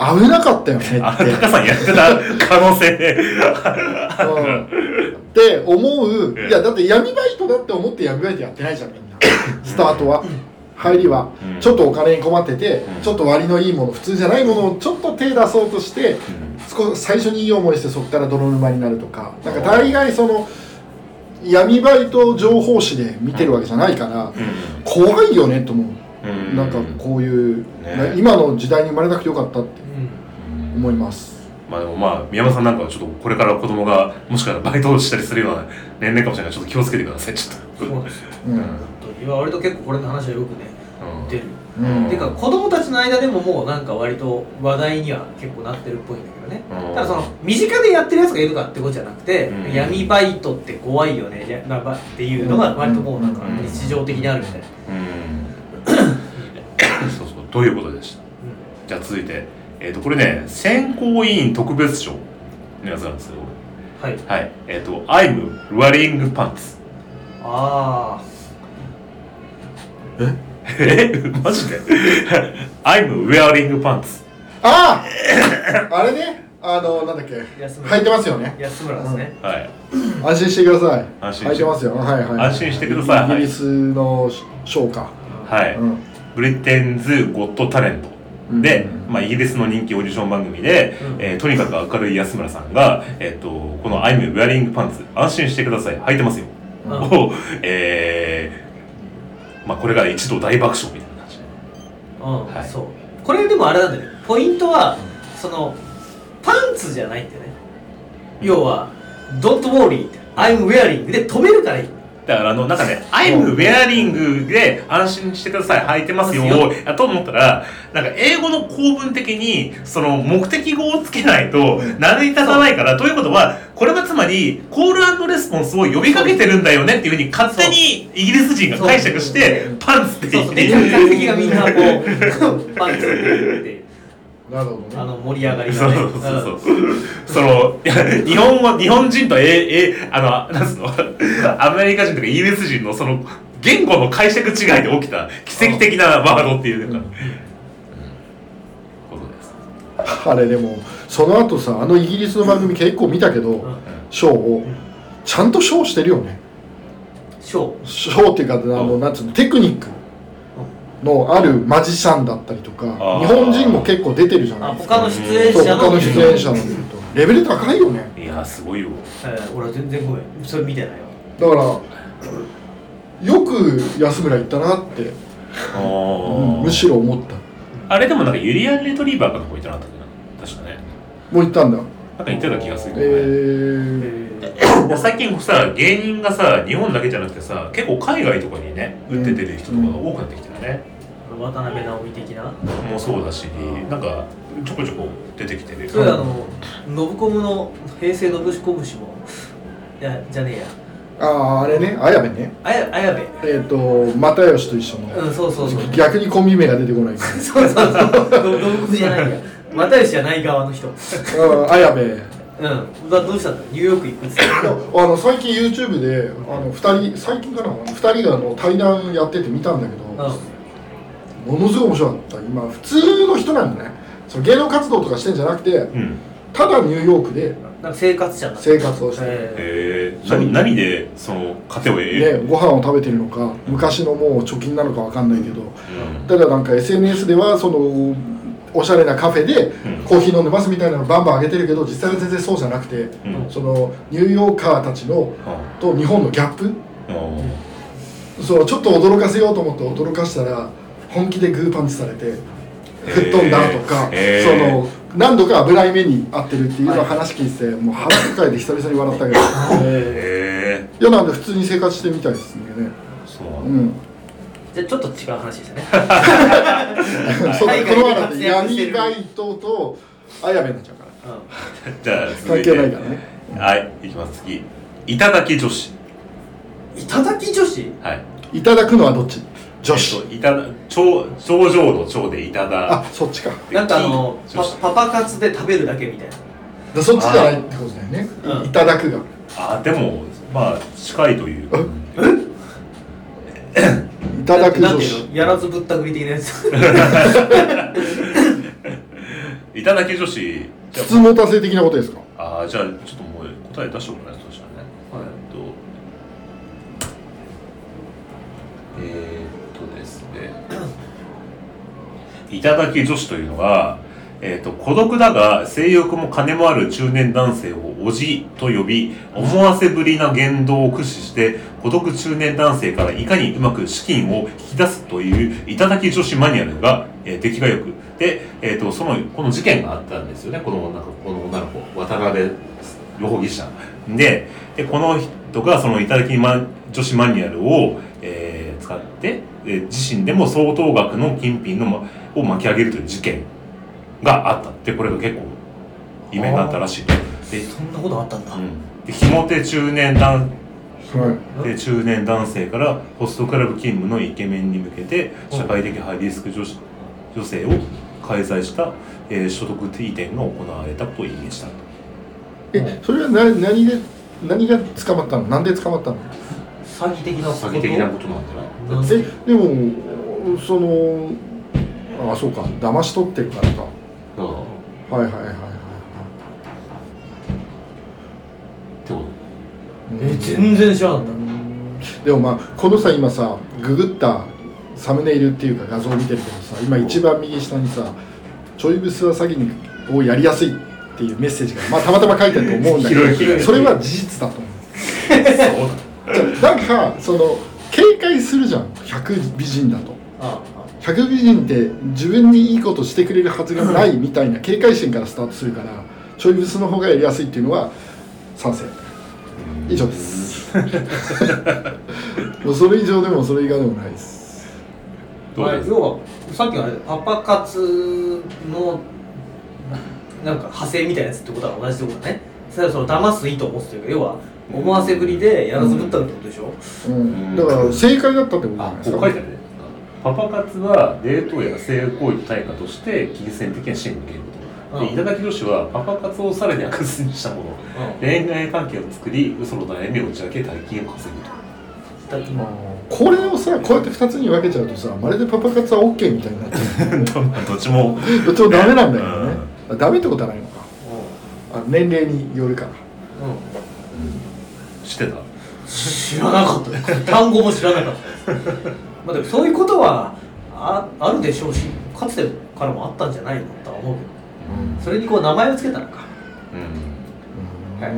[SPEAKER 1] あ
[SPEAKER 3] 危なかったよね
[SPEAKER 1] あ
[SPEAKER 3] って
[SPEAKER 1] 高さんやってた可能性で
[SPEAKER 3] うんって思う
[SPEAKER 1] ええ
[SPEAKER 3] いやだって闇バイトだって思って闇バイトやってないじゃんみんなスタートは入りは
[SPEAKER 1] うん
[SPEAKER 3] ちょっとお金に困ってて
[SPEAKER 1] うん
[SPEAKER 3] ちょっと割のいいもの普通じゃないものをちょっと手出そうとして少し最初にいい思いしてそこから泥沼になるとかなんか大概その闇バイト情報誌で見てるわけじゃないから
[SPEAKER 1] う
[SPEAKER 3] 怖いよねと思う
[SPEAKER 1] う
[SPEAKER 3] (laughs) なんかこういう
[SPEAKER 1] ね
[SPEAKER 3] な今の時代に生まれなくてよかったって
[SPEAKER 2] うん、
[SPEAKER 1] うん
[SPEAKER 3] 思います
[SPEAKER 1] まあでもまあ宮本さんなんかはちょっとこれから子供がもしかしたらバイトをしたりするような年齢かもしれないからちょっと気をつけてくださいちょっと
[SPEAKER 2] そうなんですよ
[SPEAKER 3] う
[SPEAKER 1] うん
[SPEAKER 3] ん
[SPEAKER 2] 本当に割と結構これの話はよくね
[SPEAKER 1] うん
[SPEAKER 2] 出る、
[SPEAKER 3] うん
[SPEAKER 2] てか子供たちの間でももうなんか割と話題には結構なってるっぽいんだけどね
[SPEAKER 1] うん
[SPEAKER 2] ただその身近でやってるやつがいるかってことじゃなくて、
[SPEAKER 1] うん
[SPEAKER 2] 闇バイトって怖いよねやなばっていうのが割ともうなんか
[SPEAKER 1] うん
[SPEAKER 2] 日常的にあるみたいな、
[SPEAKER 1] うんそうそうということでしたじゃあ続いてえっ、とこれね選考委員特別賞のやつなんですけど
[SPEAKER 2] はい
[SPEAKER 1] はいえっ、と「I'm wearing pants
[SPEAKER 2] あ」
[SPEAKER 1] えマジ
[SPEAKER 3] (laughs)
[SPEAKER 1] で ?I'm wearing pants
[SPEAKER 3] あああれねあのなんだっけ
[SPEAKER 2] あ安村、
[SPEAKER 3] 入ってますよね
[SPEAKER 2] 安村ですね、
[SPEAKER 1] はい
[SPEAKER 3] 安心してください
[SPEAKER 1] 安心して
[SPEAKER 3] 履いてますよはいはい
[SPEAKER 1] 安心してください
[SPEAKER 3] イギリスのショーか、
[SPEAKER 1] はい、
[SPEAKER 3] うん
[SPEAKER 1] ブリテンズ・ゴット・タレント
[SPEAKER 3] うん
[SPEAKER 1] で、まあ、イギリスの人気オーディション番組で、えーとにかく明るい安村さんが、えっとこの「I'm wearing pants 安心してください履いてますよ」
[SPEAKER 2] うん
[SPEAKER 1] (laughs) を、えーまあ、これが一度大爆笑みたいな感じ
[SPEAKER 2] うん、
[SPEAKER 1] はい
[SPEAKER 2] そうこれでもあれなんだよねポイントはそのパンツじゃないんだよね要は「Don't worry」って「I'm wearing」で止めるからいい
[SPEAKER 1] だからあのなんかね「I'm wearing」で安心してください履いてますよ
[SPEAKER 2] そう
[SPEAKER 1] やと思ったらなんか英語の構文的にその目的語をつけないと成り立たないからということはこれがつまりコールレスポンスを呼びかけてるんだよねっていうふうに勝手にイギリス人が解釈して
[SPEAKER 2] そう
[SPEAKER 1] パンツって
[SPEAKER 2] そう
[SPEAKER 1] 言
[SPEAKER 2] そ
[SPEAKER 1] っ
[SPEAKER 2] う
[SPEAKER 1] て
[SPEAKER 2] で
[SPEAKER 1] い
[SPEAKER 2] 客
[SPEAKER 1] る
[SPEAKER 2] 席がみんなこうパンツを取るっていう
[SPEAKER 3] なるほど
[SPEAKER 2] あ
[SPEAKER 3] ね
[SPEAKER 2] の盛り上がり
[SPEAKER 1] そ
[SPEAKER 2] が
[SPEAKER 1] う
[SPEAKER 2] ね
[SPEAKER 1] そうそうそうそのい (laughs) や日本は日本人とええあのなんすのアメリカ人とかイギリス人のその言語の解釈違いで起きた奇跡的なワードっていうか、ことです
[SPEAKER 3] あれでもその後さあのイギリスの番組結構見たけど、
[SPEAKER 2] ん
[SPEAKER 3] ショーをちゃんとショーしてるよね
[SPEAKER 2] ショー
[SPEAKER 3] ショーっていうかあの、
[SPEAKER 1] うん
[SPEAKER 3] なんつうのテクニックのあるマジシャンだったりとか
[SPEAKER 1] あー
[SPEAKER 3] 日本人も結構出てるじゃな
[SPEAKER 2] あ
[SPEAKER 3] いです
[SPEAKER 2] 他
[SPEAKER 3] か
[SPEAKER 2] の出演
[SPEAKER 3] そう
[SPEAKER 2] 者の
[SPEAKER 3] 他の出演者の見るとレベル高いよね
[SPEAKER 1] いやすごいよ
[SPEAKER 2] えー俺は全然ごめんそれ見てないわ
[SPEAKER 3] だからよく安村行ったなって、
[SPEAKER 1] あ
[SPEAKER 3] うん
[SPEAKER 1] ー
[SPEAKER 3] むしろ思った
[SPEAKER 1] あれでもなんかユリアン・レトリーバーかなんかいたなかったっけな確かね
[SPEAKER 3] もう行ったんだ
[SPEAKER 1] なんか言ってた気がする
[SPEAKER 3] え
[SPEAKER 1] けどね、
[SPEAKER 3] ー、
[SPEAKER 1] で最近さ芸人がさ日本だけじゃなくてさ結構海外とかにね打って出る人とかが多くなってきてるね、
[SPEAKER 2] 渡辺直美的な
[SPEAKER 1] もうそうだしなんかちょこちょこ出てきてる
[SPEAKER 2] それあのノブコムの平成ノブコム氏もいやじゃねえや
[SPEAKER 3] ああーあれね綾部ね
[SPEAKER 2] あや綾部
[SPEAKER 3] えっ、と又吉と一緒の、
[SPEAKER 2] うんそうそうそう
[SPEAKER 3] 逆にコンビ名が出てこないか
[SPEAKER 2] そうそうそう、動物じゃないや。又吉じゃない側の人。うん。
[SPEAKER 3] ら
[SPEAKER 2] (laughs)
[SPEAKER 3] うん綾部
[SPEAKER 2] だどうしたんだニューヨーク行くっつって。
[SPEAKER 3] あの最近 YouTube であの二人最近かな2人があの対談やってて見たんだけど、
[SPEAKER 2] う
[SPEAKER 3] ものすごい面白かった今普通の人なんだねその芸能活動とかしてんじゃなくて
[SPEAKER 1] うん
[SPEAKER 3] ただニューヨークで
[SPEAKER 2] ん。なんか生活者になって
[SPEAKER 3] 生活をしてる、
[SPEAKER 2] え
[SPEAKER 1] えー、何何でその糧を得る、
[SPEAKER 3] ね、ご飯を食べてるのか昔のもう貯金なのかわかんないけど
[SPEAKER 1] うん
[SPEAKER 3] ただなんか SNS ではそのおしゃれなカフェで
[SPEAKER 1] うん
[SPEAKER 3] コーヒー飲んでますみたいなのバンバンあげてるけど実際は全然そうじゃなくて
[SPEAKER 1] うんうん
[SPEAKER 3] そのニューヨーカーたちのと日本のギャップそうちょっと驚かせようと思って驚かしたら本気でグーパンチされて吹っ飛んだとか、
[SPEAKER 1] へー
[SPEAKER 3] その何度か油い目に遭ってるっていうのを話聞いて、もう腹抱えて久々に笑ったけど
[SPEAKER 2] え
[SPEAKER 1] え
[SPEAKER 3] いやなんで普通に生活してみたいですね
[SPEAKER 1] ー、そうな
[SPEAKER 3] う
[SPEAKER 1] だ、
[SPEAKER 3] んん
[SPEAKER 2] じゃあちょっと違う話でしたね。
[SPEAKER 3] そうだ
[SPEAKER 2] 海外
[SPEAKER 3] この
[SPEAKER 2] で
[SPEAKER 3] ままだと
[SPEAKER 2] 活躍して
[SPEAKER 3] 闇
[SPEAKER 2] る
[SPEAKER 3] バイトと綾部になっちゃうから
[SPEAKER 2] (laughs) う
[SPEAKER 1] じゃあ続
[SPEAKER 3] 関
[SPEAKER 1] いて
[SPEAKER 3] 係ないからね
[SPEAKER 1] はいいきます次いただき女子
[SPEAKER 2] ん。いただき女子
[SPEAKER 1] はい
[SPEAKER 3] いただくのはどっち女子、
[SPEAKER 1] えっといただ頂頂上の頂でいただ
[SPEAKER 3] あそっちか
[SPEAKER 1] で
[SPEAKER 2] なんかあの
[SPEAKER 1] 金女
[SPEAKER 2] パ
[SPEAKER 1] 子
[SPEAKER 2] パパ活で食べるだけみたいな。
[SPEAKER 3] だそっちじゃないってことだよね、
[SPEAKER 2] うん
[SPEAKER 3] いただくが
[SPEAKER 1] あでもまあ近いというか
[SPEAKER 3] いただく
[SPEAKER 2] なん
[SPEAKER 3] 女
[SPEAKER 2] て
[SPEAKER 3] 子
[SPEAKER 2] いうのやらずぶったくり的なや (laughs) つ。
[SPEAKER 1] いただき女子じゃ
[SPEAKER 3] 筒持たせ的なことですか
[SPEAKER 1] ああーじゃあちょっともう答え出しておかないとしたらねえっと、えーっとですね、いただき女子というのは、えーっと孤独だが性欲も金もある中年男性をおじと呼び、思わせぶりな言動を駆使して、孤独中年男性からいかにうまく資金を引き出すといういただき女子マニュアルが、えー出来がよく、で、えーっとそのこの事件があったんですよね、この女の子この女の子渡辺容疑者。で、でこの人がそのいただきま女子マニュアルを、えー使って、えー自身でも相当額の金品のまを巻き上げるという事件があったってこれが結構有名になったらしいで,、
[SPEAKER 2] そんなことあったんだ
[SPEAKER 1] う。ん、でひもて中年男
[SPEAKER 3] はい
[SPEAKER 1] で中年男性からホストクラブ勤務のイケメンに向けて社会的ハイリスク女子女性を介在した、えー所得移転が行われたことを意味したと
[SPEAKER 3] えそれは何何で何が捕まったのなんで捕まったの
[SPEAKER 2] 詐欺的なこと。
[SPEAKER 1] となんじゃない
[SPEAKER 2] なん
[SPEAKER 3] えでもそのあそうか騙し取ってるからかはいはいはいはいはい
[SPEAKER 1] ってこ
[SPEAKER 3] う
[SPEAKER 4] 全然知らなかった
[SPEAKER 3] でもまあこのさ今さググったサムネイルっていうか画像を見てるけどさ今一番右下にさ「ちょいブスは詐欺をやりやすい」っていうメッセージがまあたまたま書いてあると思うんだ
[SPEAKER 1] (laughs)
[SPEAKER 3] け
[SPEAKER 1] 広い広
[SPEAKER 3] ど
[SPEAKER 1] い
[SPEAKER 3] それは事実だと思う
[SPEAKER 1] そう
[SPEAKER 3] じゃあなんかその警戒するじゃん100美人だと
[SPEAKER 2] あ
[SPEAKER 3] 100美人って自分にいいことしてくれるはずがないみたいな警戒心からスタートするからちょいブスの方がやりやすいっていうのは賛成以上です
[SPEAKER 1] (laughs)
[SPEAKER 3] もうそれ以上でもそれ以外でもないです
[SPEAKER 1] どう
[SPEAKER 2] あれ
[SPEAKER 1] です
[SPEAKER 2] 要はさっきのあれパパ活のなんか派生みたいなやつってことは同じってことだねそれはその騙す意図を持つというか要は思わせぶりでやらずぶったってことでしょ、
[SPEAKER 3] うん、だから正解だったってことじゃ
[SPEAKER 1] あ
[SPEAKER 3] ない
[SPEAKER 1] こ
[SPEAKER 3] です
[SPEAKER 1] う
[SPEAKER 3] か
[SPEAKER 1] 書いてあるねパパ活はデートや性行為の対価として金銭的な支援を受けることで
[SPEAKER 2] うん
[SPEAKER 1] 頂き女子はパパ活をさらに悪質にしたもの恋愛関係を作り嘘の悩みを打ち明け大金を稼ぐと
[SPEAKER 2] だっても
[SPEAKER 3] これをさこうやって2つに分けちゃうとさまるでパパ活は OK みたいになっち
[SPEAKER 1] (laughs)
[SPEAKER 3] ゃ
[SPEAKER 1] (laughs)
[SPEAKER 3] う
[SPEAKER 1] どっちも
[SPEAKER 3] どっちもダメなんだよね、ダメってことはないのかあ年齢によるから
[SPEAKER 2] う、うん、
[SPEAKER 1] してた
[SPEAKER 2] 知らなかったです単語も知らなかったですまあでもそういうことはああるでしょうしかつてからもあったんじゃないのとは思うけどそれにこう名前を付けたのか
[SPEAKER 1] うん
[SPEAKER 2] はい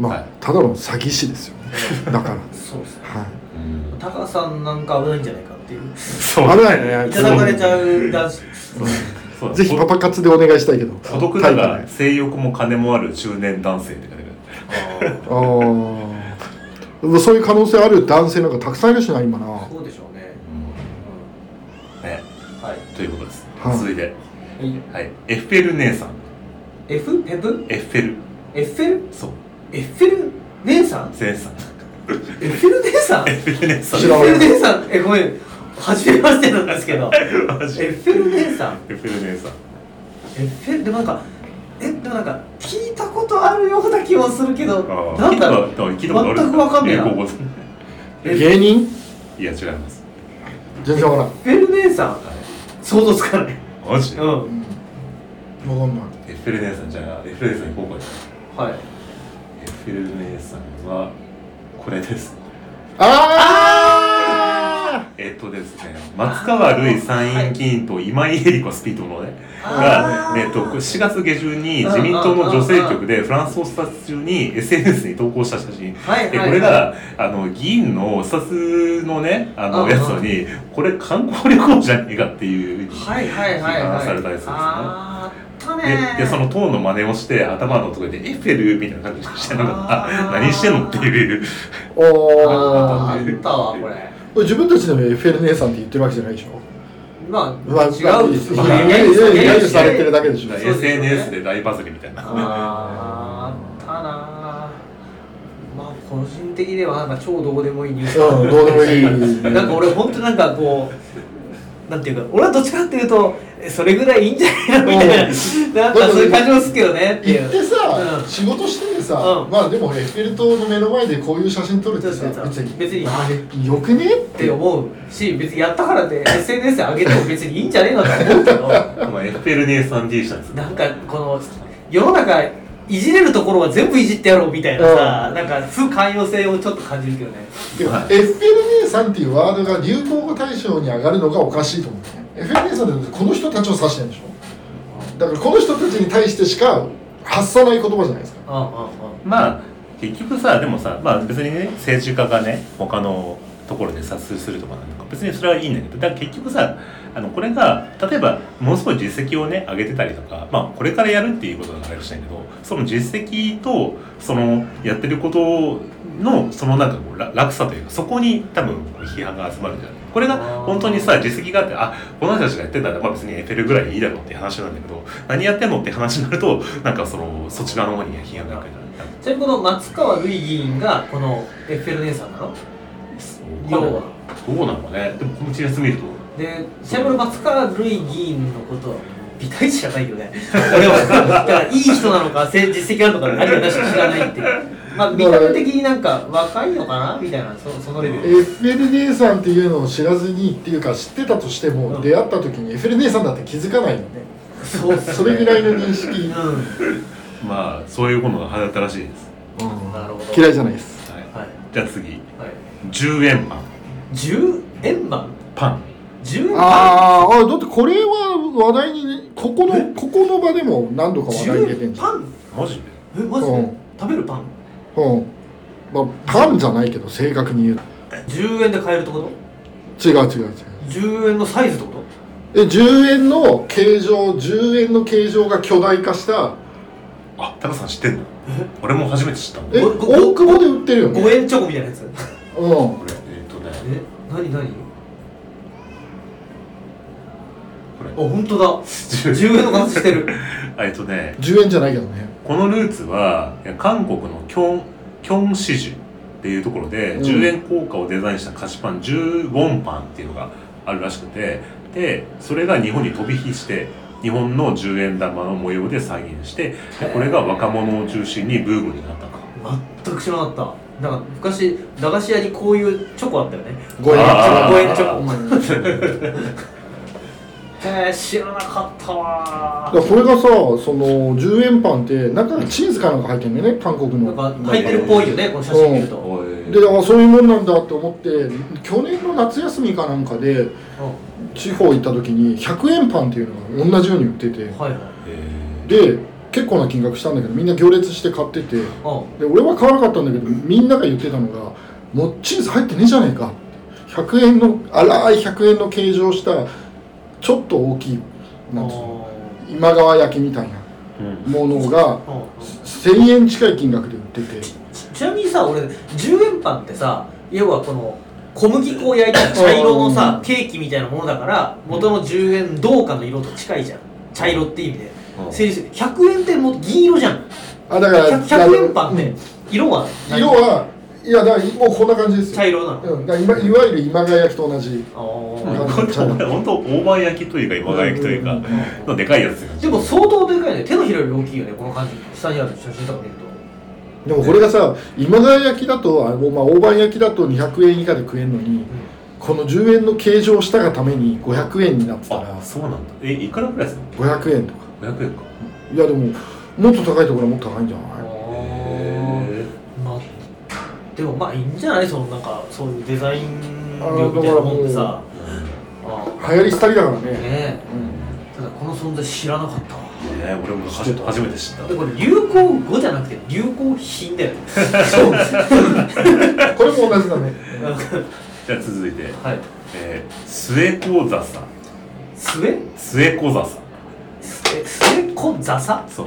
[SPEAKER 3] まあ、
[SPEAKER 1] はい
[SPEAKER 3] ただの詐欺師ですよねだから
[SPEAKER 2] そうですね
[SPEAKER 3] はい
[SPEAKER 1] うん
[SPEAKER 2] タカさんなんか危ないんじゃないかっていう
[SPEAKER 1] そう
[SPEAKER 3] 危ない
[SPEAKER 2] い
[SPEAKER 3] ね
[SPEAKER 2] ただかれちゃうらしい
[SPEAKER 1] そうだ
[SPEAKER 3] ぜひパパ活でお願いしたいけど
[SPEAKER 1] 孤独だ
[SPEAKER 3] タイ
[SPEAKER 1] が
[SPEAKER 3] プね
[SPEAKER 1] 性欲も金もある中年男性って書いてある
[SPEAKER 3] あーでもそういう可能性ある男性なんかたくさんいるしな今な
[SPEAKER 2] そうでしょうね、
[SPEAKER 1] ね
[SPEAKER 2] うん、はい
[SPEAKER 1] ということです
[SPEAKER 3] はい
[SPEAKER 1] 続いてはいエッフェル姉さん
[SPEAKER 2] F? ペプ
[SPEAKER 1] エッフェル
[SPEAKER 2] エッフェル
[SPEAKER 1] そう
[SPEAKER 2] エッフェル姉さん
[SPEAKER 1] 姉さん
[SPEAKER 2] エッフェル姉さんエッ
[SPEAKER 1] エッフェル姉さん
[SPEAKER 3] 知
[SPEAKER 2] フ
[SPEAKER 3] らん
[SPEAKER 2] ェル姉さんえごめん初めましてなんで
[SPEAKER 1] (laughs)
[SPEAKER 2] すけどエ
[SPEAKER 1] マジ
[SPEAKER 2] ッフェル姉さん
[SPEAKER 1] エッフェル姉さん
[SPEAKER 2] ええでもなんかえでもなんか聞いたことあるような気もするけど
[SPEAKER 1] あー
[SPEAKER 2] なんだろう
[SPEAKER 1] 聞いたことある
[SPEAKER 2] 全くわかんないな
[SPEAKER 1] 英語語
[SPEAKER 2] え
[SPEAKER 3] 芸人
[SPEAKER 1] いや違います
[SPEAKER 3] 全然わからん
[SPEAKER 2] フェル姉さん想像つかない
[SPEAKER 1] マジエ
[SPEAKER 2] う
[SPEAKER 1] ッ
[SPEAKER 2] ん
[SPEAKER 3] わかんない
[SPEAKER 1] フェル姉さんじゃあエッフェル姉さん行こうか
[SPEAKER 2] は
[SPEAKER 1] エ
[SPEAKER 2] い
[SPEAKER 1] ッフェル姉さんはこれです
[SPEAKER 3] あ
[SPEAKER 1] えっとですね松川るい参院議員と今井絵理子スピードのね
[SPEAKER 2] あ
[SPEAKER 1] が、
[SPEAKER 2] ー
[SPEAKER 1] えっと、4月下旬に自民党の女性局でフランスを視察中に SNS に投稿した写真
[SPEAKER 2] はい
[SPEAKER 1] で
[SPEAKER 2] はい
[SPEAKER 1] これがあの議員の視察のねあ
[SPEAKER 2] う
[SPEAKER 1] の
[SPEAKER 2] ん
[SPEAKER 1] やつのにこれ観光旅行じゃねえかっていう
[SPEAKER 2] はいはいはい
[SPEAKER 1] 批
[SPEAKER 2] は
[SPEAKER 1] 判
[SPEAKER 2] い
[SPEAKER 1] されたやつですね
[SPEAKER 2] あーあったね
[SPEAKER 1] ででその塔の真似をして頭のとこでエッフェルみたいな感じにしてなんかあ何してんのっていう
[SPEAKER 3] ーおー
[SPEAKER 2] あーあったわこれ
[SPEAKER 3] 自分たちでもエッフェル姉さんって言ってるわけじゃないでしょ
[SPEAKER 2] ま
[SPEAKER 3] まあ
[SPEAKER 2] あ違うです
[SPEAKER 3] ま
[SPEAKER 2] よ
[SPEAKER 3] あ
[SPEAKER 1] ね
[SPEAKER 3] いやいやいや揶揄されてるだけでし
[SPEAKER 2] そう
[SPEAKER 3] ょ
[SPEAKER 2] ですよね
[SPEAKER 1] SNS で大バズりみたいな
[SPEAKER 2] あーあったなーまあ個人的にはなんか超どうでもいいニュース
[SPEAKER 3] うんどうでもいい
[SPEAKER 2] なんか俺本当なんかこうなんていうか俺はどっちかっていうとえそれぐらいいいんじゃないのみたいなな
[SPEAKER 3] う
[SPEAKER 2] んんかそういう感じもするけどねってい
[SPEAKER 3] 行
[SPEAKER 2] う
[SPEAKER 3] ってさ、
[SPEAKER 2] うん
[SPEAKER 3] 仕事しててさ、
[SPEAKER 2] うん
[SPEAKER 3] まあでもエッフェル塔の目の前でこういう写真撮るってさ
[SPEAKER 2] そうそう
[SPEAKER 3] 別
[SPEAKER 2] そう
[SPEAKER 3] に
[SPEAKER 2] 別に
[SPEAKER 3] あれよくねっ
[SPEAKER 2] って
[SPEAKER 3] て
[SPEAKER 2] 思うし別にやったからって SNS 上げても別にいいんじゃねえのとは思うけど
[SPEAKER 1] まあエッフェル姉さん T シャツ
[SPEAKER 2] なんかこの世の中いじれるところは全部いじってやろうみたいなさ、なんか不寛容性をちょっと感じるけどね
[SPEAKER 3] てかエッフェル姉さんっていうワードが流行語大賞に上がるのがおかしいと思うねエッフェル姉さんってこの人たちを指してるんでしょだからこの人たちに対してしか発さない言葉じゃないですか
[SPEAKER 2] うんうんうん
[SPEAKER 1] まあ結局さでもさまあ別にね政治家がね他のところで殺するとかなんか別にそれはいいんだけどだから結局さあのこれが例えばものすごい実績をね上げてたりとか、まあ、これからやるっていうことがあれかもしれないけどその実績とそのやってることのそのなんかこうら落差というかそこに多分こう批判が集まるんじゃないこれが本当にさ実績があってあこの人たちがやってたらまあ別にエッフェルぐらいいいだろうって話なんだけど何やってんのって話になるとなんかそのそっち側の方に批判があるじゃない
[SPEAKER 2] ちなみにこの松川るい議員がこのエッフェル姉さんなの
[SPEAKER 1] 要
[SPEAKER 2] 要
[SPEAKER 1] は
[SPEAKER 2] は
[SPEAKER 1] どうなのかねでもこのチラシ見ると
[SPEAKER 2] でちなみに松川るい議員のことはビタイチじゃないよね俺はだからいい人なのかせ実績あるのか何がなしか知らないっていうまあ見た目的になんか若いのかなみたいなそそのレベ
[SPEAKER 3] エ
[SPEAKER 2] ル
[SPEAKER 3] ッフェル姉さんっていうのを知らずにっていうか知ってたとしても、
[SPEAKER 2] うん
[SPEAKER 3] 出会った時にエッフェル姉さんだって気づかないよね
[SPEAKER 2] そうっすね
[SPEAKER 3] それぐらいの認識
[SPEAKER 2] うん
[SPEAKER 1] まあそういうものが流行ったらしいです、
[SPEAKER 2] なるほど
[SPEAKER 3] 嫌いじゃないです
[SPEAKER 1] はい
[SPEAKER 2] はい
[SPEAKER 1] じゃあ次
[SPEAKER 2] はい
[SPEAKER 1] 10円パン
[SPEAKER 2] 10円盤
[SPEAKER 1] パン
[SPEAKER 2] 10円盤
[SPEAKER 3] あーあだってこれは話題にねここのここの場でも何度か話題に出てん
[SPEAKER 2] 10
[SPEAKER 3] じゃん、
[SPEAKER 2] パン
[SPEAKER 1] マジで
[SPEAKER 2] えマジ
[SPEAKER 3] う
[SPEAKER 2] で
[SPEAKER 3] ん
[SPEAKER 2] 食べるパン
[SPEAKER 3] うんまあ、パンじゃないけど正確に言う
[SPEAKER 2] 10円で買えるってこと
[SPEAKER 3] 違う違う違う
[SPEAKER 2] ?10 円のサイズってこと
[SPEAKER 3] え10円の形状10円の形状が巨大化した
[SPEAKER 1] あタカさん知ってんの俺も初めて知ったんだ
[SPEAKER 3] え
[SPEAKER 1] こ
[SPEAKER 2] ごご
[SPEAKER 3] 大久保で売ってるよね
[SPEAKER 2] ?5 円チョコみたいなやつ
[SPEAKER 3] うん
[SPEAKER 1] れえっとね
[SPEAKER 2] え何何
[SPEAKER 1] これ
[SPEAKER 2] あ本当だ
[SPEAKER 1] 10
[SPEAKER 2] 10円の形してる
[SPEAKER 1] えっとね
[SPEAKER 3] 10円じゃないけどね
[SPEAKER 1] このルーツは韓国のキョンキョン市寺っていうところで、
[SPEAKER 3] うん
[SPEAKER 1] 10円硬貨をデザインした菓子パン10ウォンパンっていうのがあるらしくてでそれが日本に飛び火して日本の10円玉の模様で再現してでこれが若者を中心にブームになったと
[SPEAKER 2] 全く知らなかったなんか昔駄菓子屋にこういうチョコあったよね
[SPEAKER 3] 5円
[SPEAKER 1] あー
[SPEAKER 2] 5円チョコ
[SPEAKER 3] うんだ
[SPEAKER 2] へえ知らなかったわ
[SPEAKER 3] からこれがさその10円パンって中にチーズかなんか入ってるんだよね韓国
[SPEAKER 2] な
[SPEAKER 3] の
[SPEAKER 2] んか入ってるっぽいよねこの写真見ると、うん
[SPEAKER 1] おい
[SPEAKER 3] であそういうもんなんだと思って去年の夏休みかなんかで地方行った時に100円パンっていうのが同じように売ってて
[SPEAKER 2] はいはい
[SPEAKER 1] え
[SPEAKER 3] で結構な金額したんだけどみんな行列して買ってて
[SPEAKER 2] う
[SPEAKER 3] で俺は買わなかったんだけどみんなが言ってたのが「もうチーズ入ってねえじゃねえか」100円の荒い100円の形状したちょっと大きい
[SPEAKER 2] ん
[SPEAKER 3] なんつうの
[SPEAKER 2] あ
[SPEAKER 3] 今川焼きみたいな
[SPEAKER 1] ーうん
[SPEAKER 3] ものが
[SPEAKER 2] ーうん
[SPEAKER 3] 1000円近い金額で売ってて
[SPEAKER 2] ちちなみにさ俺10円パンってさ要はこの小麦粉を焼いた茶色の
[SPEAKER 3] う
[SPEAKER 2] さ
[SPEAKER 3] ん
[SPEAKER 2] ケーキみたいなものだから元の10円銅貨の色と近いじゃん茶色って意味で
[SPEAKER 1] うん
[SPEAKER 2] 成立する100円ってもう銀色じゃん
[SPEAKER 3] あだから
[SPEAKER 2] 100, 100円パンっ
[SPEAKER 3] う
[SPEAKER 2] て
[SPEAKER 3] ん
[SPEAKER 2] 色は何
[SPEAKER 3] 色はいやだからもうこんな感じです
[SPEAKER 2] 茶
[SPEAKER 3] よ、
[SPEAKER 2] 色なの、
[SPEAKER 3] うん、だから今いわゆる今川焼きと同じ
[SPEAKER 2] あー
[SPEAKER 3] うん
[SPEAKER 1] 本当本当大判焼きというか今川焼きという
[SPEAKER 3] う
[SPEAKER 1] か
[SPEAKER 3] ん
[SPEAKER 1] のでかいやつよ
[SPEAKER 2] でも相当でかいね手のひらより大きいよねこの感じ下にある写真とか見ると
[SPEAKER 3] でもこれがさ今川焼きだとあの、まあ、大判焼きだと200円以下で食えるのにこの10円の計上したがために500円になってた
[SPEAKER 1] あ
[SPEAKER 3] ら
[SPEAKER 1] そうなんだえいくらぐらいですか
[SPEAKER 3] 500円とか
[SPEAKER 1] 500円か
[SPEAKER 3] いやでももっと高いところはもっと高いんじゃ
[SPEAKER 2] あ
[SPEAKER 3] ない
[SPEAKER 2] ー
[SPEAKER 1] へ
[SPEAKER 2] まあでもまあいいんじゃないそのなんかそういうデザイン
[SPEAKER 3] あー
[SPEAKER 2] 力みたいなもんでさ
[SPEAKER 1] ーうん
[SPEAKER 2] あー
[SPEAKER 3] 流行り廃りだからね、
[SPEAKER 2] ね
[SPEAKER 3] うん、
[SPEAKER 2] えただこの存在知らなかったわ
[SPEAKER 1] ね俺もは
[SPEAKER 3] 知
[SPEAKER 1] じ
[SPEAKER 3] ってた
[SPEAKER 1] 初めて知った
[SPEAKER 2] でこれ流行語じゃなくて流行品だよね (laughs) そう
[SPEAKER 3] (laughs) これも同じだね
[SPEAKER 1] じゃあ続いて、
[SPEAKER 2] はい
[SPEAKER 1] えー、末子座さん
[SPEAKER 2] 末
[SPEAKER 1] 末子座さ
[SPEAKER 2] 末末子ザサ
[SPEAKER 1] んそう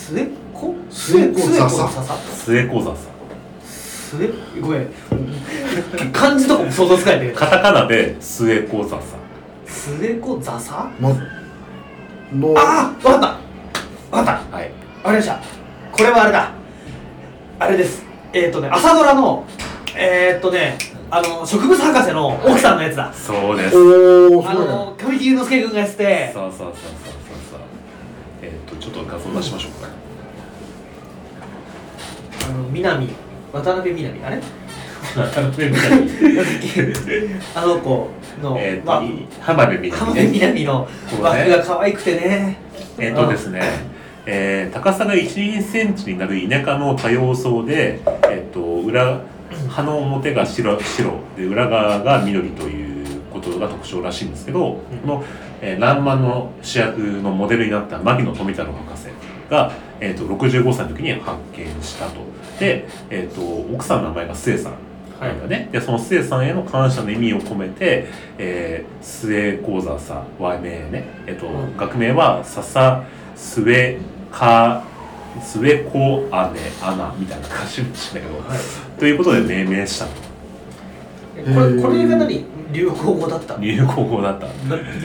[SPEAKER 2] 末子
[SPEAKER 3] 末子ザサ
[SPEAKER 1] 末子座さん
[SPEAKER 2] 末ごめん漢字とかも想像つかないね
[SPEAKER 1] カタカナで末子座さん
[SPEAKER 2] 末子ザサ
[SPEAKER 3] まの
[SPEAKER 2] ああわかったわかった
[SPEAKER 1] はい
[SPEAKER 2] わかりましたこれはあれだあれですえっ、ー、とね朝ドラのえっ、ー、とねあの植物博士の奥さんのやつだ
[SPEAKER 1] そうですそう
[SPEAKER 3] おお
[SPEAKER 2] あ
[SPEAKER 3] すごいね
[SPEAKER 2] の神木隆之介君がやってて
[SPEAKER 1] そうそうそうそうそうえーっとちょっと画像出しましょうか
[SPEAKER 2] あの南渡辺南あれ (laughs) あの子の、
[SPEAKER 1] えーっと、
[SPEAKER 2] まあ
[SPEAKER 1] 浜辺美
[SPEAKER 2] 浜
[SPEAKER 1] 波
[SPEAKER 2] 辺
[SPEAKER 1] ね
[SPEAKER 2] 南の
[SPEAKER 1] そうね
[SPEAKER 2] 枠が可愛くてね
[SPEAKER 1] えっとですね、えー高さが1センチになる田舎の多様層で、えっと裏葉の表が白白で裏側が緑ということが特徴らしいんですけど、この、えー、らんまんの主役のモデルになった牧野富太郎博士が、えっと65歳の時に発見したとで、えっと奥さんの名前が末さんなんだね、でその末さんへの感謝の意味を込めて、えー、末講座さ和名ね、えっと
[SPEAKER 2] うん
[SPEAKER 1] 学名は笹末か末子姉アナみたいな感じらしいんだけど、
[SPEAKER 2] はい
[SPEAKER 1] ということで命名した
[SPEAKER 2] えこれこれが何流行語だった
[SPEAKER 1] と
[SPEAKER 2] の
[SPEAKER 1] 入校語だった
[SPEAKER 2] な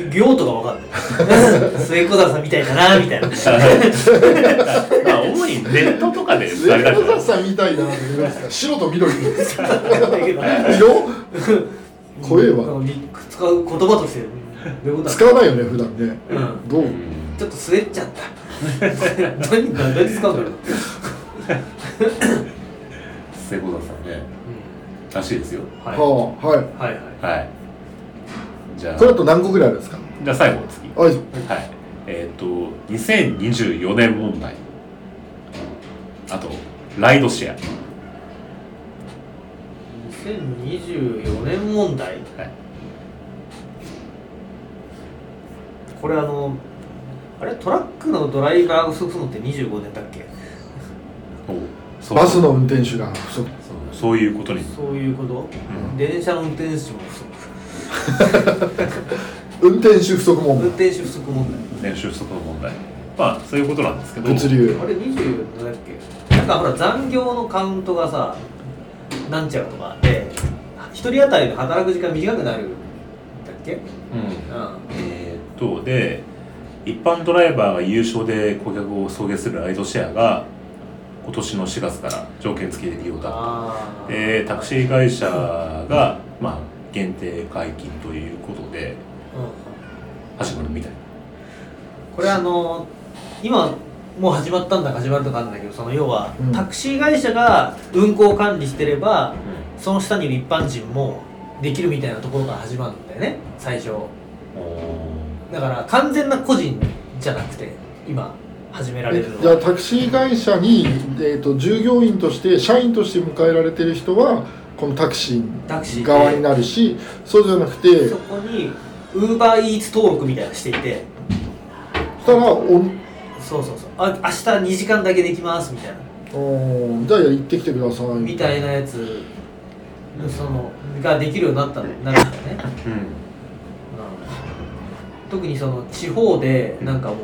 [SPEAKER 2] 行とかわかんない (laughs) 末子沢さんみたいだなみたい
[SPEAKER 3] (laughs)
[SPEAKER 2] な
[SPEAKER 1] まあ主にネットと (laughs) かで
[SPEAKER 3] 上
[SPEAKER 1] あれだけ
[SPEAKER 3] 野
[SPEAKER 1] ど
[SPEAKER 3] 田さんみたいだなって言うんですか白と緑の色
[SPEAKER 2] だけど
[SPEAKER 3] 声
[SPEAKER 2] な
[SPEAKER 3] は
[SPEAKER 2] んかみ使う言葉としてどういうこと
[SPEAKER 3] 使
[SPEAKER 2] う、
[SPEAKER 3] わないよね普段ね
[SPEAKER 2] うん、
[SPEAKER 3] どう
[SPEAKER 2] ちょっと滑っちゃった (laughs) 何何何使うんだろう、
[SPEAKER 1] 末子座さんねらしいですよ
[SPEAKER 2] はい、
[SPEAKER 3] はあはい
[SPEAKER 2] はいはい
[SPEAKER 1] はいじゃあ
[SPEAKER 3] これだと何個ぐらいあるんですか
[SPEAKER 1] じゃあ最後次
[SPEAKER 3] はい
[SPEAKER 1] はいえっ、と2024年問題あとライドシェ
[SPEAKER 2] 2024年問題
[SPEAKER 1] ア、はい、
[SPEAKER 2] これあのあれトラックのドライバー不足するのって25年だっけ
[SPEAKER 1] おそう
[SPEAKER 3] バスの運転手が不足
[SPEAKER 1] そうそういうことに
[SPEAKER 2] そういうこと、電車の運転手も不足
[SPEAKER 3] 運転手不足問
[SPEAKER 2] 運
[SPEAKER 3] 題
[SPEAKER 2] 転手不足問題
[SPEAKER 1] ね収束の問題まあそういうことなんですけど
[SPEAKER 3] 物流
[SPEAKER 2] あれ24だっけなんかほら残業のカウントがさなんちゃらとかで一人当たりの働く時間短くなるんだっけうん
[SPEAKER 1] うんえーっとで一般ドライバーが優勝で顧客を送迎するライドシェアが今年の4月から条件付きで利用だ
[SPEAKER 2] あー
[SPEAKER 1] でタクシー会社が、まあ、限定解禁ということで
[SPEAKER 2] うん
[SPEAKER 1] 始まるみたい
[SPEAKER 2] これあの今もう始まったんだか始まるとかあるんだけどその要は、
[SPEAKER 3] うん
[SPEAKER 2] タクシー会社が運行管理してれ
[SPEAKER 1] な、
[SPEAKER 2] ばその下にいる一般人もできるみたいなところから始まるんだよね最初だから完全な個人じゃなくて今始められるの
[SPEAKER 3] じゃあ
[SPEAKER 2] は
[SPEAKER 3] タクシー会社に、えー、と従業員として社員として迎えられてる人はこのタクシ
[SPEAKER 2] タクシー
[SPEAKER 3] ー
[SPEAKER 2] で
[SPEAKER 3] 側になるしそうじゃなくて
[SPEAKER 2] そこにウーバーイーツ登録みたいなのしていて
[SPEAKER 3] したらおん
[SPEAKER 2] そうそうそうあ明日2時間だけできますみたいな
[SPEAKER 3] おーじゃあ行ってきてください
[SPEAKER 2] みたいなやつそのができるようになったんなるんだよね
[SPEAKER 1] うん
[SPEAKER 2] 特にその地方でなんかもう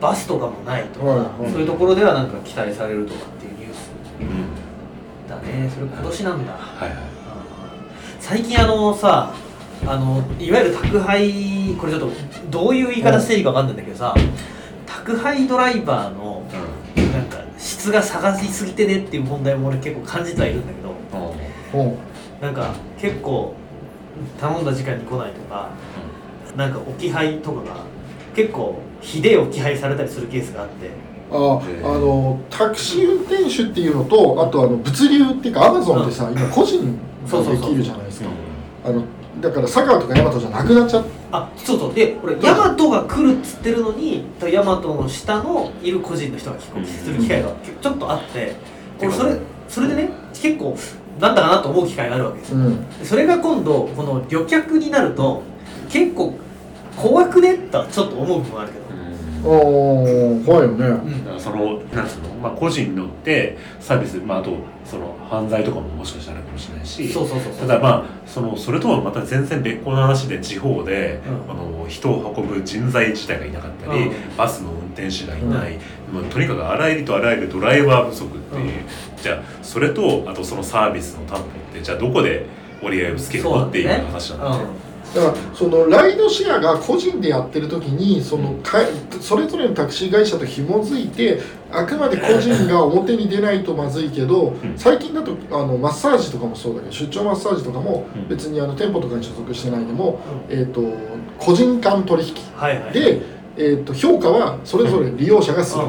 [SPEAKER 2] バスとかもないとか、
[SPEAKER 3] はいはい
[SPEAKER 2] そういうところではなんか期待されるとかっていうニュース
[SPEAKER 1] うん
[SPEAKER 2] だねそれ今年なんだ
[SPEAKER 1] はいはい
[SPEAKER 2] 最近あのさあのいわゆる宅配これちょっとどういう言い方していいか分かんないんだけどさ宅配ドライバーのなんか質が下がりすぎてねっていう問題も俺結構感じてはいるんだけど
[SPEAKER 1] うんうん
[SPEAKER 3] うん
[SPEAKER 2] なんか結構頼んだ時間に来ないとかなんか置き配とかが結構ひでえ置き配されたりするケースがあって
[SPEAKER 3] あ
[SPEAKER 1] え
[SPEAKER 3] あ
[SPEAKER 1] ー
[SPEAKER 3] のタクシー運転手っていうのとあとあの物流っていうかアマゾンってさ、今個人
[SPEAKER 2] そう
[SPEAKER 3] が
[SPEAKER 2] そう
[SPEAKER 3] で
[SPEAKER 2] そう
[SPEAKER 3] きるじゃないですかあのだから佐川とか大和じゃなくなっちゃっ
[SPEAKER 2] あそうそうで俺ヤマトが来るっつってるのにヤマトの下のいる個人の人が結構する機会がちょっとあって俺それそれでね結構なんだかなと思う機会があるわけです
[SPEAKER 3] た、
[SPEAKER 2] よ
[SPEAKER 3] うん、
[SPEAKER 2] それが今度この旅客になると結構怖くねとはちょっと思う部分はあるけど、
[SPEAKER 1] うん
[SPEAKER 3] おー怖いよね
[SPEAKER 1] だからそのなんつうの、まあ、個人に乗ってサービス、まあ、あとその犯罪とかももしかしたらあるかもしれないし
[SPEAKER 2] そうそうそうそ
[SPEAKER 1] た
[SPEAKER 2] う
[SPEAKER 1] だまあそのそれとはまた全然別個の話で地方で、
[SPEAKER 2] うん
[SPEAKER 1] あの人を運ぶ人材自体がいなかったり、
[SPEAKER 2] うん
[SPEAKER 1] バスの運転手がいない、まあ、とにかくあらゆるとあらゆるドライバー不足っていう、
[SPEAKER 2] うん
[SPEAKER 1] じゃあそれとあとそのサービスの担保ってじゃあどこで折り合いをつけるのっていう話なんだよね。
[SPEAKER 3] だからそのライドシェアが個人でやってる時にそのかそれぞれのタクシー会社と紐づいてあくまで個人が表に出ないとまずいけど
[SPEAKER 1] ん
[SPEAKER 3] 最近だとあのマッサージとかもそうだけど出張マッサージとかも
[SPEAKER 1] うん
[SPEAKER 3] 別にあの店舗とかに所属してないでも、
[SPEAKER 2] うん
[SPEAKER 3] えー、と個人間取引
[SPEAKER 2] はいはい
[SPEAKER 3] で、えー、と評価はそれぞれ利用者がする。
[SPEAKER 2] うん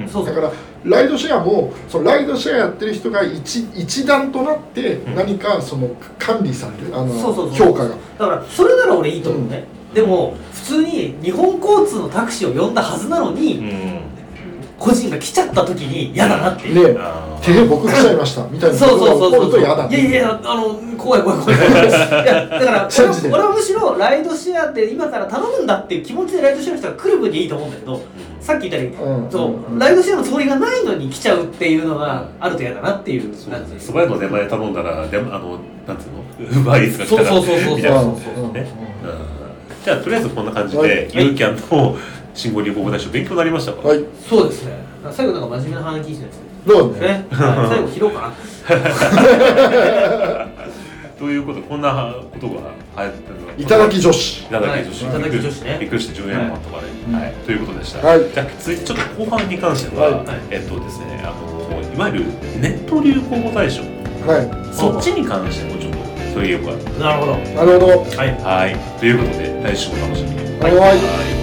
[SPEAKER 2] うん、そうそ
[SPEAKER 3] だ
[SPEAKER 2] う
[SPEAKER 3] からライドシェアもそのライドシェアやってる人が一一段となって
[SPEAKER 1] ん
[SPEAKER 3] 何かその管理されるあの
[SPEAKER 2] そうそうそう
[SPEAKER 3] 評価が
[SPEAKER 2] だからそれなら俺いいと思うね、でも普通に日本交通のタクシーを呼んだはずなのに、個人が来ちゃった時に嫌だなっていう、
[SPEAKER 3] ね
[SPEAKER 1] あー
[SPEAKER 3] 手で僕来ちゃいましたみたいな
[SPEAKER 2] そうそうそう
[SPEAKER 3] ことが
[SPEAKER 2] そう
[SPEAKER 3] 起こると嫌だ
[SPEAKER 2] いやいやあの怖い怖い
[SPEAKER 3] (laughs)
[SPEAKER 2] 怖いいやだから俺
[SPEAKER 3] 信じて
[SPEAKER 2] は
[SPEAKER 3] る
[SPEAKER 2] 俺はむしろライドシェアで今から頼むんだっていう気持ちでライドシェアの人が来る分にはいいと思うんだけどさっき言ったように、
[SPEAKER 3] うん
[SPEAKER 2] そうライドシェアのつもりがないのに来ちゃうっていうのがあると嫌だなっていう
[SPEAKER 1] そう
[SPEAKER 2] 感じ
[SPEAKER 1] 素早く出前頼んだらであのなんつうのウーバーイーツが来た
[SPEAKER 2] そう
[SPEAKER 1] ら
[SPEAKER 2] そうそうそう
[SPEAKER 1] みた
[SPEAKER 2] そう
[SPEAKER 1] いな
[SPEAKER 2] そうそ
[SPEAKER 1] ね、
[SPEAKER 2] う
[SPEAKER 1] うんじゃあとりあえずこんな感じで、ユーキャンの新語・流行語大賞勉強になりましたか、
[SPEAKER 3] はい
[SPEAKER 2] そうですね最後なんか真面目な話聞いてないですね
[SPEAKER 3] どうね
[SPEAKER 2] ね、 (laughs) はい最後切ろうかな
[SPEAKER 1] ということでこんなことが流行ってたのが
[SPEAKER 3] いただき女子
[SPEAKER 1] いただき女子、
[SPEAKER 2] はいいただき女子ね
[SPEAKER 1] びっくりして14番とかね、はいということでした、
[SPEAKER 3] はい
[SPEAKER 1] じゃあついちょっと後半に関しては、
[SPEAKER 3] はい
[SPEAKER 1] えっとですねあのいわゆるネット流行語大賞
[SPEAKER 3] は
[SPEAKER 1] そっちに関してもちょっと取り上げようか
[SPEAKER 2] なるほど
[SPEAKER 3] いなるほど
[SPEAKER 1] はいということで来週お楽しみに
[SPEAKER 3] はい
[SPEAKER 1] はい